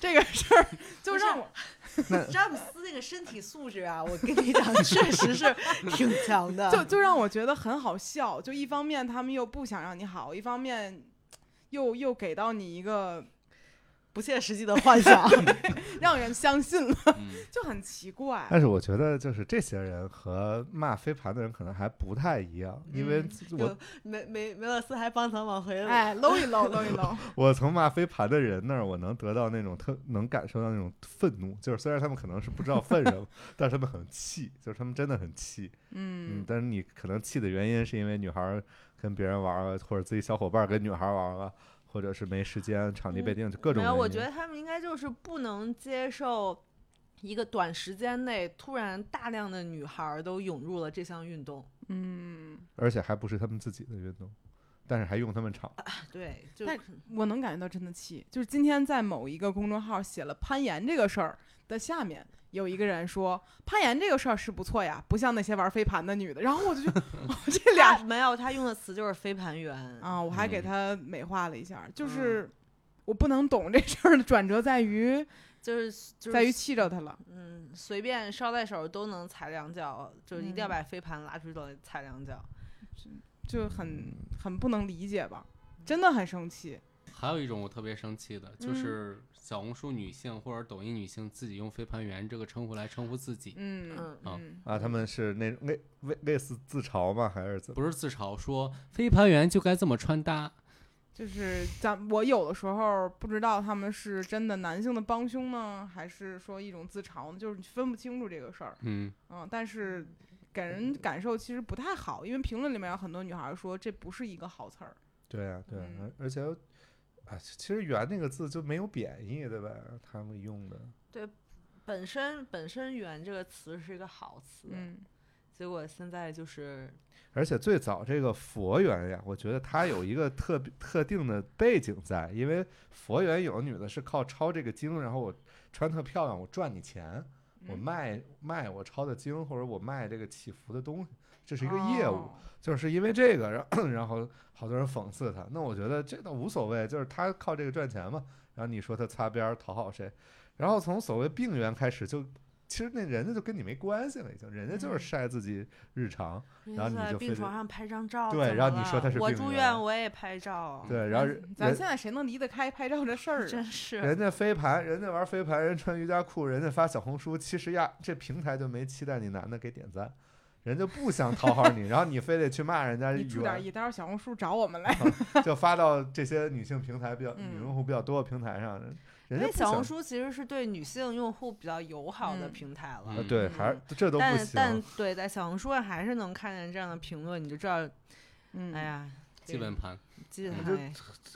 这个事儿就不是让我 [LAUGHS] 詹姆斯那个身体素质啊，我跟你讲，确实是挺强的。就就让我觉得很好笑。就一方面他们又不想让你好，一方面又又给到你一个不切实际的幻想。 [LAUGHS] 让人相信了，嗯就很奇怪。但是我觉得，就是这些人和骂飞盘的人可能还不太一样，因为嗯我、有梅梅梅勒斯还帮咱往回哎，搂一搂，搂一 [LAUGHS] 搂。我从骂飞盘的人那儿，我能得到那种特能感受到那种愤怒，就是虽然他们可能是不知道愤什么，但是他们很气，就是他们真的很气。嗯嗯，，但是你可能气的原因是因为女孩儿跟别人玩儿了，或者自己小伙伴儿跟女孩儿玩儿了，或者是没时间、场地嗯被定，就各种没有，原我因觉得他们应该就是不能接受一个短时间内突然大量的女孩儿都涌入了这项运动。嗯，而且还不是他们自己的运动，但是还用他们场。对，就但我能感觉到真的气。就是今天在某一个公众号写了攀岩这个事儿的下面，有一个人说攀岩这个事儿是不错呀，不像那些玩飞盘的女的。然后我就觉得我这俩他没有，他用的词就是飞盘员，啊，我还给嗯他美化了一下，嗯就是我不能懂这事儿的转折在于就是就是在于气着他了。嗯，随便捎带手都能踩两脚，就一定要嗯把飞盘拉出来踩两脚。就很很不能理解吧，嗯真的很生气。还有一种我特别生气的，就嗯是小红书女性或者抖音女性自己用飞盘员这个称呼来称呼自己，嗯嗯啊嗯，啊，他们是那类类类似自嘲吗？还是怎么？不是自嘲，说飞盘员就该这么穿搭。就是咱我有的时候不知道他们是真的男性的帮凶呢，还是说一种自嘲呢，就是你分不清楚这个事儿。嗯，嗯，但是给嗯人感受其实不太好，因为评论里面有很多女孩儿说这不是一个好词儿。对啊，对啊嗯，而而且啊，其实“圆”那个字就没有贬义，对吧？他们用的，本身本身“圆”这个词是一个好词，嗯，结果现在就是而且最早这个佛缘呀，我觉得它有一个特别特定的背景在，因为佛缘有的女的是靠抄这个经，然后我穿特漂亮，我赚你钱，我嗯卖卖我抄的经，或者我卖这个祈福的东西，这是一个业务，哦就是因为这个，然后 [CLEARS THROAT] 然后好多人讽刺他。那我觉得这倒无所谓，就是他靠这个赚钱嘛。然后你说他擦边儿讨好谁？然后从所谓病源开始就。其实那人家就跟你没关系了，已经，人家就是嗯晒自己日常，人家然后你在就非病得床上拍张照，对怎然么后你说了他是我病住人啊院我也拍照，对，然后咱人嗯咱人现在谁能离得开拍照这事儿真啊？是人家飞盘，人家玩飞盘，人穿瑜伽裤，人家发小红书，其实呀，这平台就没期待你男的给点赞，人家不想讨好 [LAUGHS] 你，然后你非得去骂人家你出点圆，意，待会儿小红书找我们来。就发到这些女性平台比较、嗯女用户比较多的平台上，因人家为不小红想，书其实是对女性用户比较友好的嗯平台了。呃对，嗯还是这都不但但行，对，在小红书上还是能看见这样的评论，你就知道，嗯，哎，呀，基本盘。基本我就哎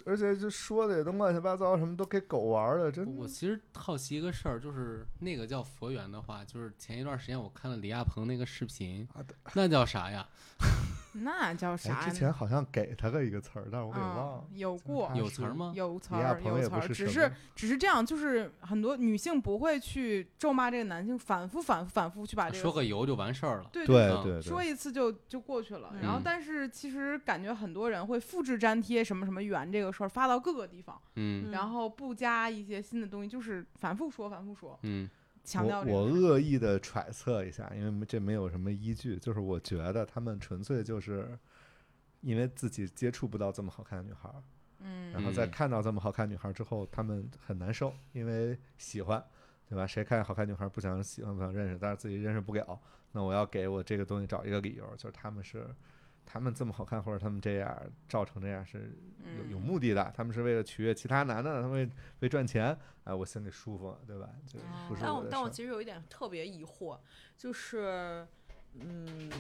而且这说的也都乱七八糟，什么都给狗玩了，真嗯我我其实好奇一个事儿，就是那个叫佛缘的话，就是前一段时间我看了李亚鹏那个视频啊对，那叫啥呀？那叫哎，啥之呢？前好像给他个一个词儿，但是我给忘啊了，，有过他有是词儿吗？有词李亚儿鹏有也词不儿，是只什是么只是这样，就是很多女性不会去咒骂这个男性，反复反复反复去把这说个个油就完事儿了。对对啊对嗯说对，一次就就过去了。然后嗯，但是其实感觉很多人会复制粘贴什么什么圆这个事儿发到各个地方，嗯然后不加一些新的东西，就是反复说反复说，嗯强调这我我个事儿。恶意的揣测一下，因为没这没有什么依据，就是我觉得他们纯粹就是因为自己接触不到这么好看的女孩儿，嗯然后在嗯看到这么好看女孩儿之后，他们很难受，因为喜欢，对吧？谁看好看女孩儿不想喜欢不想认识，但是自己认识不了，那我要给我这个东西找一个理由，就是他们是。他们这么好看，或者他们这样照成这样是有有嗯目的的，他们是为了取悦其他男的，他们为为赚钱，哎，我心里舒服，对吧？就不是但我我的但我事儿。其实有一点特别疑惑，就是，嗯，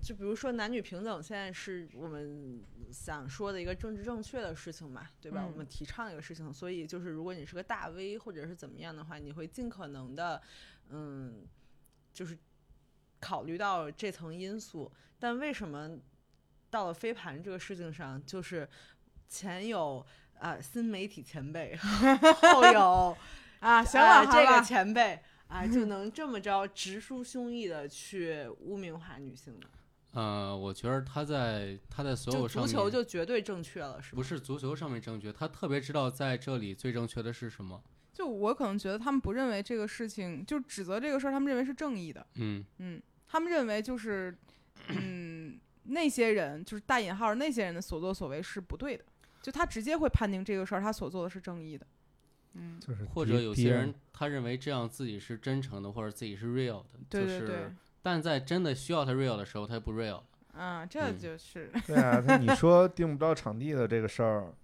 就比如说男女平等，现在是我们想说的一个政治正确的事情嘛，对吧？我嗯们提倡一个事情，所以就是如果你是个大 V 或者是怎么样的话，你会尽可能的，嗯，就是考虑到这层因素。但为什么到了飞盘这个事情上，就是前有啊、新媒体前辈， [LAUGHS] 后有。啊，行了，啊，好这个了嗯前辈啊，就能这么着直抒胸臆的去污名化女性的，呃，我觉得他在他在所就有上足面球就绝对正确了，是吗？不是足球上面正确，他特别知道在这里最正确的是什么。就我可能觉得他们不认为这个事情，就指责这个事儿，他们认为是正义的。嗯嗯，他们认为就是，嗯，那些人就是大引号儿那些人的所作所为是不对的，就他直接会判定这个事儿他所做的是正义的。嗯，就是或低者有低些人人他认为这样自己是真诚的，或者自己是 real 的，对就对对，是但在真的需要他 real 的时候，他不 real。啊，这嗯就是， [LAUGHS] [LAUGHS] 对啊，他你说订不到场地的这个事儿，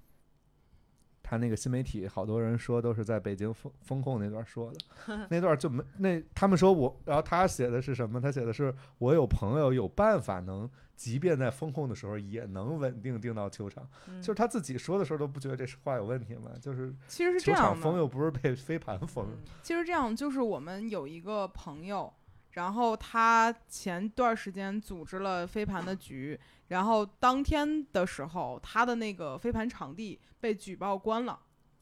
他那个新媒体好多人说都是在北京封封控那段 [LAUGHS] 说的，那段就没那他们说我，然后他写的是什么？他写的是我有朋友有办法能，即便在封控的时候也能稳定订到球场，嗯就是他自己说的时候都不觉得这是话有问题嘛，就是其实是这球场样封的，又不是被飞盘封，嗯其实这样就是我们有一个朋友，然后他前段时间组织了飞盘的局，然后当天的时候，他的那个飞盘场地被举报关了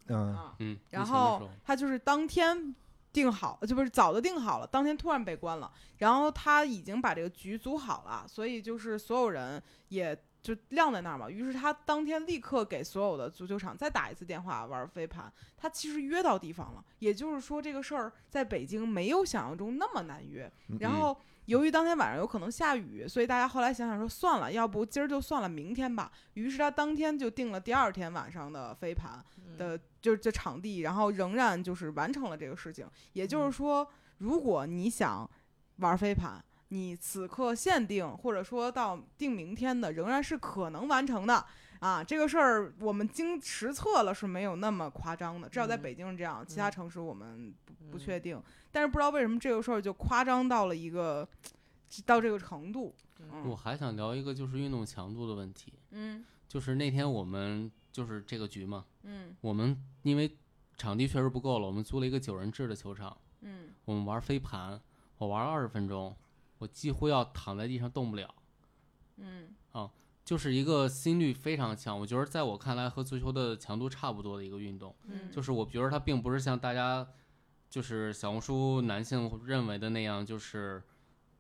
嗯啊。嗯，然之前的时后候他就是当天定好，就不是早就定好了，当天突然被关了。然后他已经把这个局组好了，所以就是所有人也就晾在那儿嘛。于是他当天立刻给所有的足球场再打一次电话玩飞盘。他其实约到地方了，也就是说这个事儿在北京没有想象中那么难约。嗯然后由于当天晚上有可能下雨，所以大家后来想想说算了，要不今儿就算了，明天吧。于是他当天就定了第二天晚上的飞盘。的，就是这场地，然后仍然就是完成了这个事情。也就是说，如果你想玩飞盘，你此刻限定或者说到定明天的，仍然是可能完成的啊。这个事儿我们经实测了是没有那么夸张的，至少在嗯北京是这样，其他嗯城市我们不嗯不确定。但是不知道为什么这个事儿就夸张到了一个到这个程度。我嗯还想聊一个就是运动强度的问题，嗯就是那天我们就是这个局嘛，嗯我们因为场地确实不够了，我们租了一个九人制的球场，嗯我们玩飞盘，我玩了二十分钟，我几乎要躺在地上动不了，嗯就是一个心率非常强，我觉得在我看来和足球的强度差不多的一个运动，嗯就是我觉得它并不是像大家就是小红书男性认为的那样，就是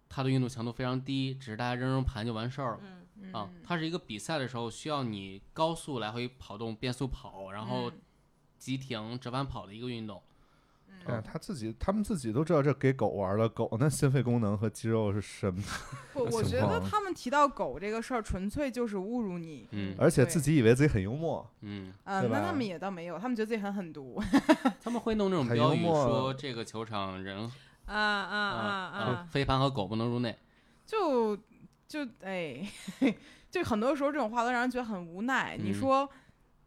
它的运动强度非常低，只是大家扔扔盘就完事儿了。嗯嗯啊，它是一个比赛的时候需要你高速来回跑动、变速跑，然后嗯急停、折返跑的一个运动。哦哦对啊，他自己他们自己都知道这给狗玩了，狗那心肺功能和肌肉是什么，我我情觉得况他们提到狗这个事儿，纯粹就是侮辱你。嗯而且自对己以为自己很幽默，嗯，嗯，对那吧他们也倒没有，他们觉得自己很狠毒。他们会弄这种很标幽语默说这个球场人 [LAUGHS] 啊啊啊啊啊！飞盘和狗不能入内。就就哎， [LAUGHS] 就很多时候这种话都让人觉得很无奈。你嗯说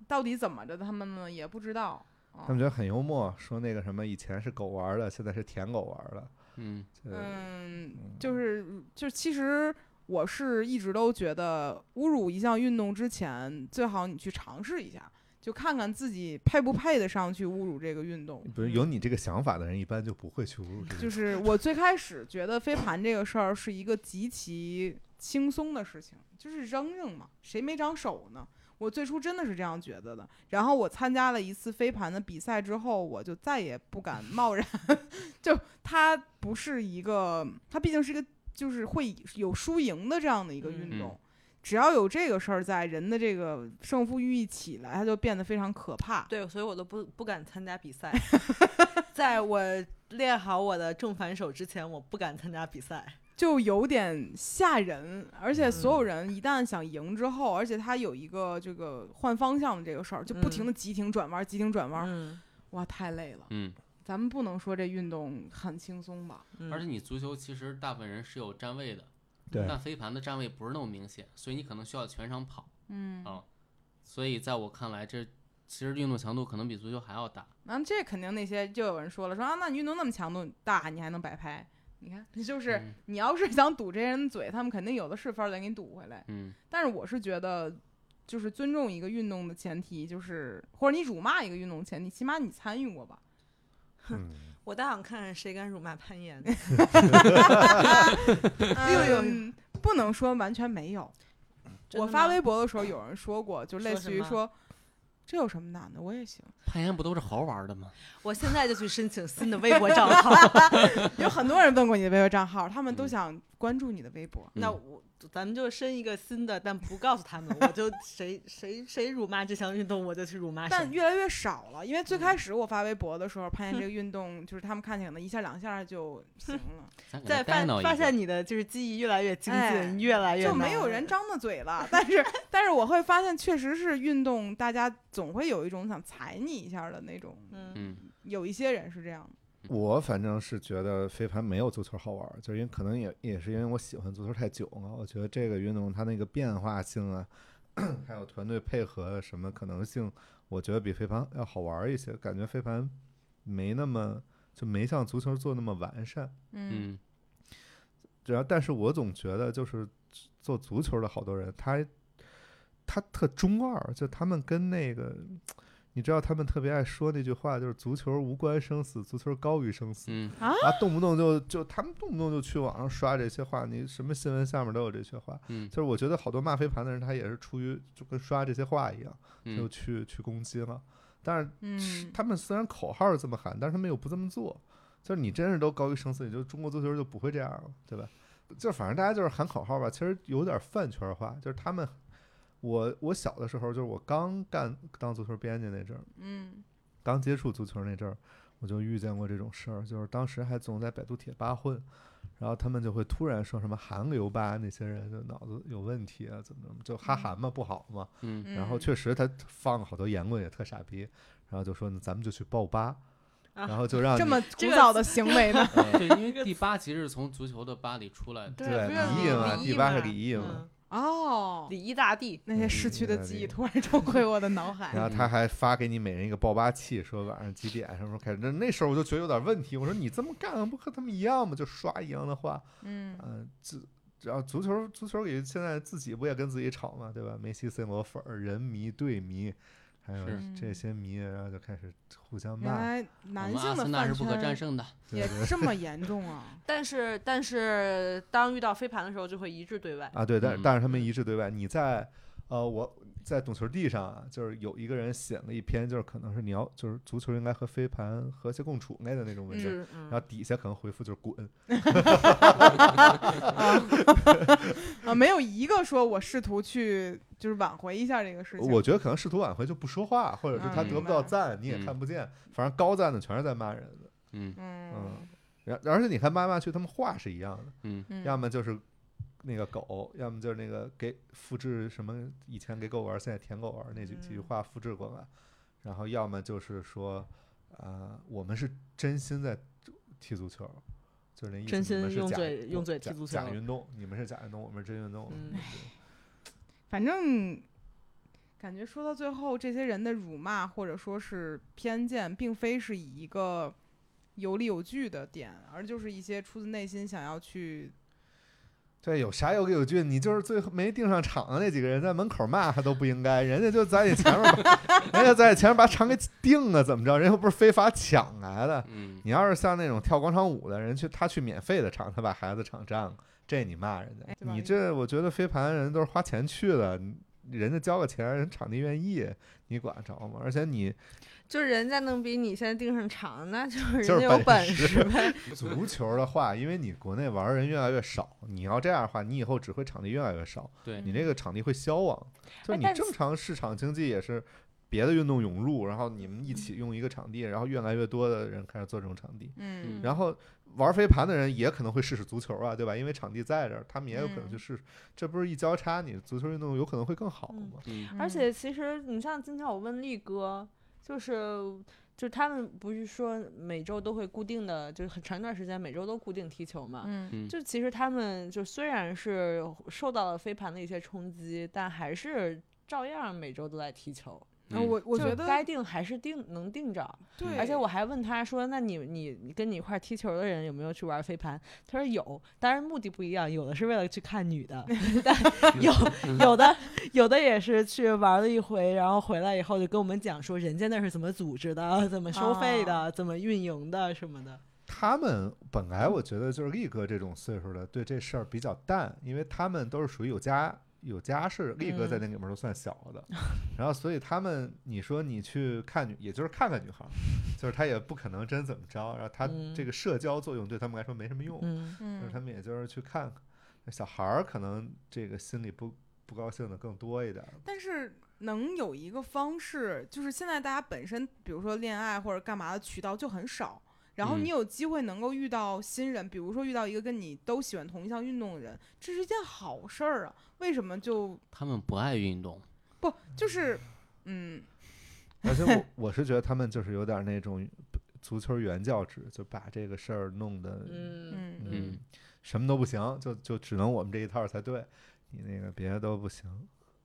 到底怎么着的，他们呢也不知道。他们觉得很幽默，说那个什么以前是狗玩的，现在是舔狗玩的，嗯就嗯，就是就其实我是一直都觉得，侮辱一项运动之前，最好你去尝试一下，就看看自己配不配得上去侮辱这个运动。不是有你这个想法的人，一般就不 [LAUGHS] 会去侮辱这个嗯就。是我最开始觉得飞盘这个事儿是一个极其轻松的事情，就是扔扔嘛，谁没长手呢？我最初真的是这样觉得的。然后我参加了一次飞盘的比赛之后，我就再也不敢贸然，就它不是一个，它毕竟是一个就是会有输赢的这样的一个运嗯动。只要有这个事儿在，人的这个胜负欲一起来，它就变得非常可怕。对，所以我都不不敢参加比 [LAUGHS] 赛，在我练好我的正反手之前，我不敢参加比赛。就有点吓人，而且所有人一旦想赢之后，而且他有一个这个换方向的这个事儿，就不停的急停转弯，急停转弯，嗯，哇，太累了。嗯，咱们不能说这运动很轻松吧？而且你足球其实大部分人是有站位的，对但飞盘的站位不是那么明显，所以你可能需要全场跑。嗯啊所以在我看来，这其实运动强度可能比足球还要大。那这肯定那些就有人说了，说啊，那你运动那么强度大，你还能摆拍？你看， [LAUGHS] 就是、嗯你要是 [LAUGHS] 想堵这些人的嘴，他们肯定有的是法儿再给你堵回来。嗯但是我是觉得，就是尊重一个运动的前提，就是或者你辱骂一个运动前提，起码你参与过吧。嗯，我倒想看看谁敢辱骂攀 [LAUGHS] 岩， [LAUGHS] 嗯六六、不能说完全没有。真我的发吗微博的时候，有人说过，就类说似什于么说，这有什么难的，我也行。 [LAUGHS] 攀岩不都是猴玩的吗？我现在就去申请新的微博账号。有很多人问过你的微博账号，他们都嗯想关注你的微博。那嗯我咱们就申一个新的，但不告诉他们，我 [LAUGHS] 就谁谁谁辱骂这项运动，我就去辱骂但谁。越来越少了，因为最开始我发微博的时候，发现这个运动就是他们看起来可能一下两下就行 [LAUGHS] 了，咱给在他带发脑一发个现。你的就是记忆越来越精进，哎越来越就没难有了人张着嘴 [LAUGHS] 了。但是，但是我会发现，确实是运动，大家总会有一种想踩你一下的那种。嗯嗯，有一些人是这样的，我反正是觉得飞盘没有足球好玩儿，就是因为可能也也是因为我喜欢足球太久了，我觉得这个运动它那个变化性啊， [CLEARS THROAT] 还有团队配合什么可能性，我觉得比飞盘要好玩儿一些，感觉飞盘没那么就没像足球做那么完善。嗯嗯，然后，但是我总觉得就是做足球的好多人，他他特中二，就他们跟那个，你知道他们特别爱说那句话，就是足球无关生死，足球高于生死。嗯啊，动不动就就他们动不动就去网上刷这些话，你什么新闻下面都有这些话。嗯就是我觉得好多骂飞盘的人，他也是出于就跟刷这些话一样，就嗯，去去攻击了。但是嗯他们虽然口号是这么喊，但是他们又不这么做。就是你真是都高于生死，也就中国足球就不会这样了，对吧？就反正大家就是喊口号吧，其实有点饭圈化，就是他们。我我小的时候，就是我刚干当足球编辑那阵儿，嗯刚接触足球那阵儿，我就遇见过这种事儿，就是当时还总在百度贴吧混，然后他们就会突然说什么韩流吧那些人就脑子有问题啊，怎么怎么就哈韩嘛不好嘛，嗯，嗯，然后确实他放了好多言论也特傻逼，然后就说呢咱们就去爆吧，啊然后就让这你么这古个早的行为呢，对，因为第八其实是从足球的巴里出来的，对对不是李毅嘛李第毅八嘛是李毅嘛嗯 [LAUGHS] 哦，李毅大帝，那些逝去的记忆突然重回我的脑然海。后他还发给你每人一个爆吧器，说晚上几点什么时候开始。那那时候我就觉得有点问题，我说你这么干不和他们一样吗？就刷一样的话，嗯嗯，这然后足球足球也现在自己不也跟自己吵嘛，对吧？梅西、C 罗粉儿、人迷、队迷，还有是这些迷，然后就开始互相嗯原骂。来我男们阿性的森纳是饭不可战圈胜的。对也对这么严重 [LAUGHS] 啊！但是但是当遇到飞盘的时候，就会一致对外。啊，对，但嗯但是他们一致对外。你在呃，我在懂球帝上啊，就是有一个人写了一篇，就是可能是你要就是足球应该和飞盘和谐共处应该的那种文章。是，嗯然后底下可能回复就是滚，啊，没有一个说我试图去就是挽回一下这个事情。我觉得可能试图挽回就不说话，或者是嗯他得不到明白赞，你也嗯看不见，反正高赞的全是在骂人的。嗯嗯然而且你看妈妈去，他们话是一样的，嗯，嗯要么就是那个狗，要么就是那个给复制什么以前给狗玩，现在舔狗玩那几几句嗯话复制过来，然后要么就是说，呃，我们是真心在踢足球，就是那意思，真你心们是用假嘴用嘴假踢足假球运动，你们是假运动，我们是真运动，嗯反正感觉说到最后，这些人的辱骂或者说是偏见，并非是以一个有理有据的点，而就是一些出自内心想要去。对，有啥有理有据？你就是最后没订上场的那几个人在门口骂他都不应该，人家就在你前面把， [LAUGHS] 人家在你前面把场给定了，怎么着？人又不是非法抢来的。嗯，你要是像那种跳广场舞的人去，他去免费的场，他把孩子场占了，这你骂人家哎？对吧你这我觉得飞盘人都是花钱去的，你人家交个钱，人场地愿意，你管得着吗？而 [LAUGHS] 且你就是人家能比你现在盯上场，那就是就人是家有本本事 [LAUGHS] 事呗。足球的话，因为你国内玩儿人越来越少，你要这样的话，你以后只会场地越来越少。对你这个场地会消亡，就是哎你但正是常市场经济也是别的运动涌入，然后你们一起用一个场地，然后越来越多的人开始做这种场地，嗯然后玩飞盘的人也可能会试试足球啊，对吧？因为场地在这儿，他们也有可能去嗯试试，这不是一交叉，你足球运动有可能会更好吗？嗯而且其实你像今天我问力哥，就是就他们不是说每周都会固定的，就是很长一段时间每周都固定踢球嘛。嗯嗯就其实他们就虽然是受到了飞盘的一些冲击，但还是照样每周都在踢球。嗯啊，嗯我我就是觉得该定还是定能定着。对，而且我还问他说：“那你你你跟你一块儿踢球的人有没有去玩飞盘？”他说有，当然目的不一样，有的是为了去看女 [LAUGHS] 的，但有有的有的也是去玩了一回，然后回来以后就跟我们讲说人家那是怎么组织的、怎么收费的、怎么运营的什么的。他们本来我觉得就是力哥这种岁数的对这事儿比较淡，因为他们都是属于有家有家室，力哥在那里面都算小的，然后所以他们你说你去看女，也就是看看女孩儿，就是他也不可能真怎么着，然后他嗯这个社交作用对他们来说没什么用，嗯，就是他嗯们也就是去看看。那小孩儿可能这个心里不不高兴的更多一点儿，但是能有一个方式，就是现在大家本身，比如说恋爱或者干嘛的渠道就很少，然后嗯你有机会能够遇到新人，比如说遇到一个跟你都喜欢同一项运动的人，这是一件好事儿啊。为什么就他们不爱运动，不就是嗯 [LAUGHS] 而且我我是觉得他们就是有点儿那种足球原教旨，就把这个事儿弄得嗯嗯嗯嗯，什么都不行，就就只能我们这一套儿才对，你那个别的都不行。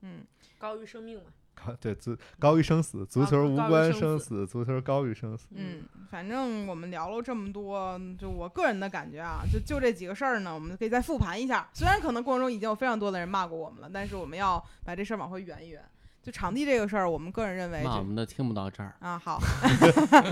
嗯高于生命嘛。高对足啊高于生死，足高球高无于关生生死死，足球高于生死。嗯，反正我们聊了这么多，就我个人的感觉啊，就就这几个事儿呢，我们可以再复盘一下。虽然可能过程中已经有非常多的人骂过我们了，但是我们要把这事儿往回圆一圆。就场地这个事儿，我们个人认为骂我就们的听不到这儿。啊好，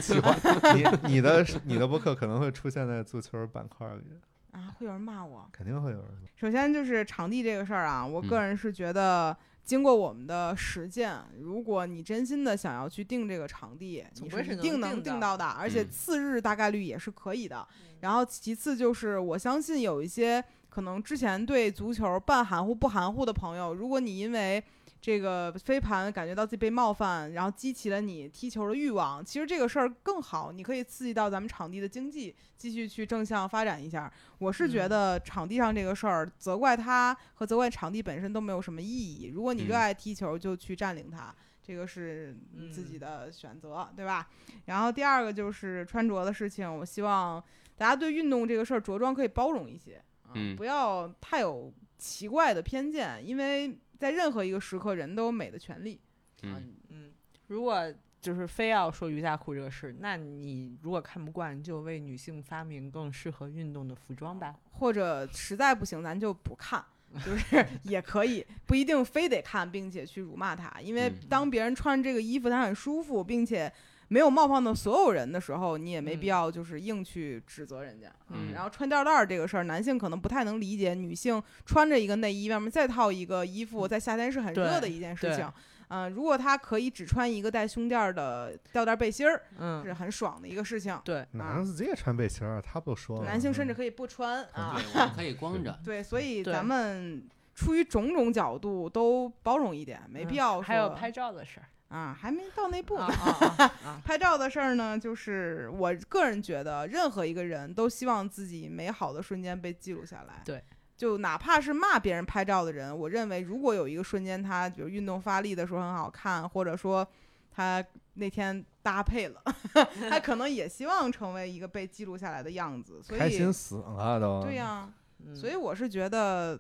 喜欢 [LAUGHS] 你你的你的博客可能会出现在足球板块里，啊，会有人骂我。肯定会有人。首先就是场地这个事儿啊，我个人是觉得经过我们的实践，如果你真心的想要去定这个场地，总你归是是一能定定能定到到的，而且嗯次日大概率也是可以的。嗯然后其次就是，我相信有一些可能之前对足球半含糊不含糊的朋友，如果你因为这个飞盘感觉到自己被冒犯，然后激起了你踢球的欲望，其实这个事儿更好，你可以刺激到咱们场地的经济，继续去正向发展一下。我是觉嗯得场地上这个事儿，责怪它和责怪场地本身都没有什么意义。如果你热嗯爱踢球，就去占领它，这个是你自己的选择，对吧？然后第二个就是穿着的事情，我希望大家对运动这个事儿着装可以包容一些，啊嗯不要太有奇怪的偏见，因为在任何一个时刻，人都有美的权利。啊嗯，嗯，如果就是非要说瑜伽裤这个事，那你如果看不惯，你就为女性发明更适合运动的服装吧。或者实在不行，咱就不看，就是 [LAUGHS] 也可以，不一定非得看，并且去辱骂他。因为嗯当别人穿这个衣服，他很舒服，并且没有冒犯到所有人的时候，你也没必嗯要就是硬去指责人家。嗯然后穿吊带儿这个事儿，男性可能不太能理解，女性穿着一个内衣，外面再套一个衣服，在夏天是很热的嗯对一件事对情。嗯、如果她可以只穿一个带胸垫儿的吊带背心儿，是嗯，很爽的一个事情。对，男子也穿背心儿，他不说了。男性嗯甚至可以不穿啊。 [LAUGHS] 对，我们可以光着，对，所以对咱们出于种种角度都包容一点，没必要说、嗯还有拍照的事儿啊，还没到那步 [LAUGHS] 呢。啊啊！拍照的事儿呢，就是我个人觉得，任何一个人都希望自己美好的瞬间被记录下来。对。就哪怕是骂别人拍照的人，我认为如果有一个瞬间他，比如运动发力的时候很好看，或者说他那天搭配了， [LAUGHS] 他可能也希望成为一个被记录下来的样子。所以，开心死了啊都。对呀、嗯所以我是觉得，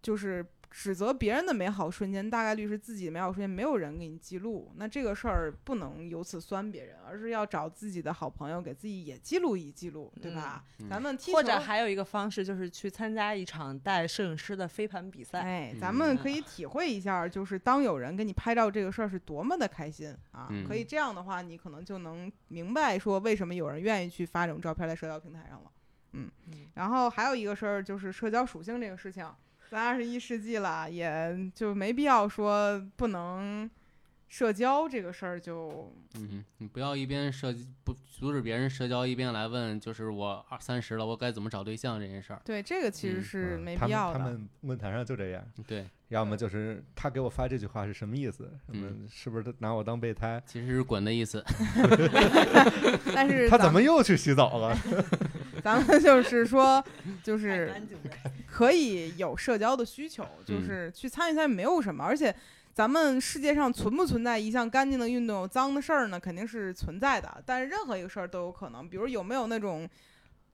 就是指责别人的美好瞬间，大概率是自己的美好瞬间没有人给你记录。那这个事儿不能由此酸别人，而是要找自己的好朋友给自己也记录一记录，对吧？嗯咱们踢球或者还有一个方式就是去参加一场带摄影师的飞盘比赛。哎，嗯咱们可以体会一下，就是当有人给你拍照这个事儿是多么的开心啊！嗯可以这样的话，你可能就能明白说为什么有人愿意去发这种照片在社交平台上了。嗯嗯，然后还有一个事儿就是社交属性这个事情，咱二十一世纪了，也就没必要说不能社交这个事儿就嗯哼，你不要一边社不阻止别人社交，一边来问，就是我二三十了，我该怎么找对象这件事儿。对这个其实嗯是嗯没他必们要他的。们论坛上就这样，对，要么就是他给我发这句话是什么意思？什么嗯是不是拿我当备胎？其实是滚的意思。但是哎他咱怎么又去洗澡了？咱们就是说， [LAUGHS] 就是干净 [LAUGHS] 呗可以有社交的需求，就嗯是去参与参与没有什么，而且。咱们世界上存不存在一项干净的运动、有脏的事儿呢？肯定是存在的，但是任何一个事儿都有可能。比如有没有那种，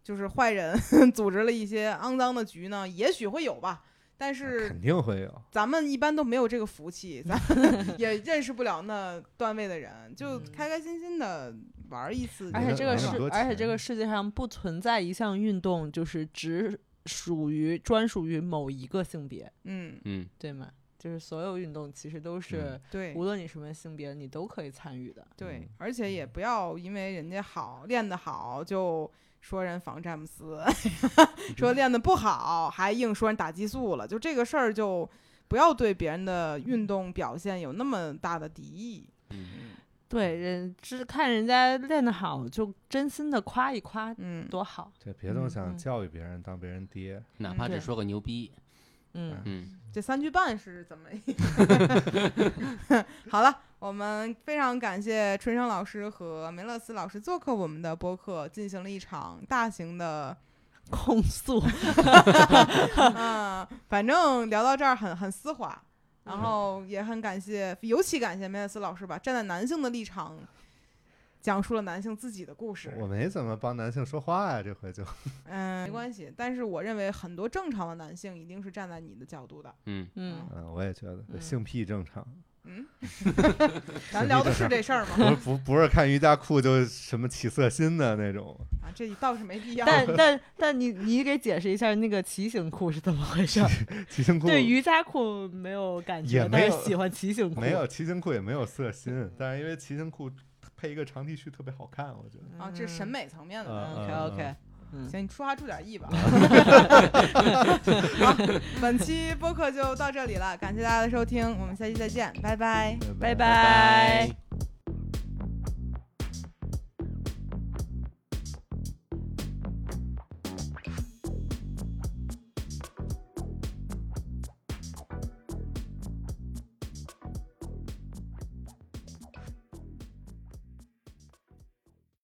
就是坏人 [LAUGHS] 组织了一些肮脏的局呢？也许会有吧，但是肯定会有。咱们一般都没有这个福 [LAUGHS] 气，咱们也认识不了那段位的人，就嗯开开心心的玩儿一次就而行了。且这个没那世么多，而且钱这个世界上不存在一项运动就是只属于专属于某一个性别，嗯，嗯，对吗？就是所有运动其实都是嗯，对，无论你什么性别，你都可以参与的。对嗯，而且也不要因为人家好练得好就说人防詹姆斯，说练得不好还硬说人打激素了，就这个事儿就不要对别人的运动表现有那么大的敌意。对，人只看人家练得好，就真心的夸一夸，嗯，多好。对，别总嗯想嗯教育别人，当别人爹。哪嗯怕只对说个牛逼，嗯，嗯，这三句半是怎么？ [LAUGHS] 好了，我们非常感谢春生老师和梅勒斯老师做客我们的播客，进行了一场大型的控 [LAUGHS] 诉嗯，反正聊到这儿很很丝滑，然后也很感谢，尤其感谢梅尔斯老师吧，站在男性的立场，讲述了男性自己的故事。我没怎么帮男性说话呀、这回就嗯，没关系，但是我认为很多正常的男性一定是站在你的角度的。嗯，嗯，嗯，我也觉得对嗯性癖 [LAUGHS] 正常，嗯，咱聊的是这事儿吗？不是不不是看瑜伽裤就什么起色心的那种，啊，这倒是没必要。 [LAUGHS] 但但但你你给解释一下那个骑行裤是怎么回事儿？骑行裤对瑜伽裤没有感也觉，没但有是喜欢骑行裤。没有骑行裤也没有色心，但是因为骑行裤配一个长 T 恤特别好看，我觉得。啊，这是审美层面的嗯问 OK 题。嗯 OK，嗯行，你说话注点 [LAUGHS] 意吧。 [LAUGHS] 好，本期播客就到这里了，感谢大家的收听，我们下期再见，拜拜。拜拜拜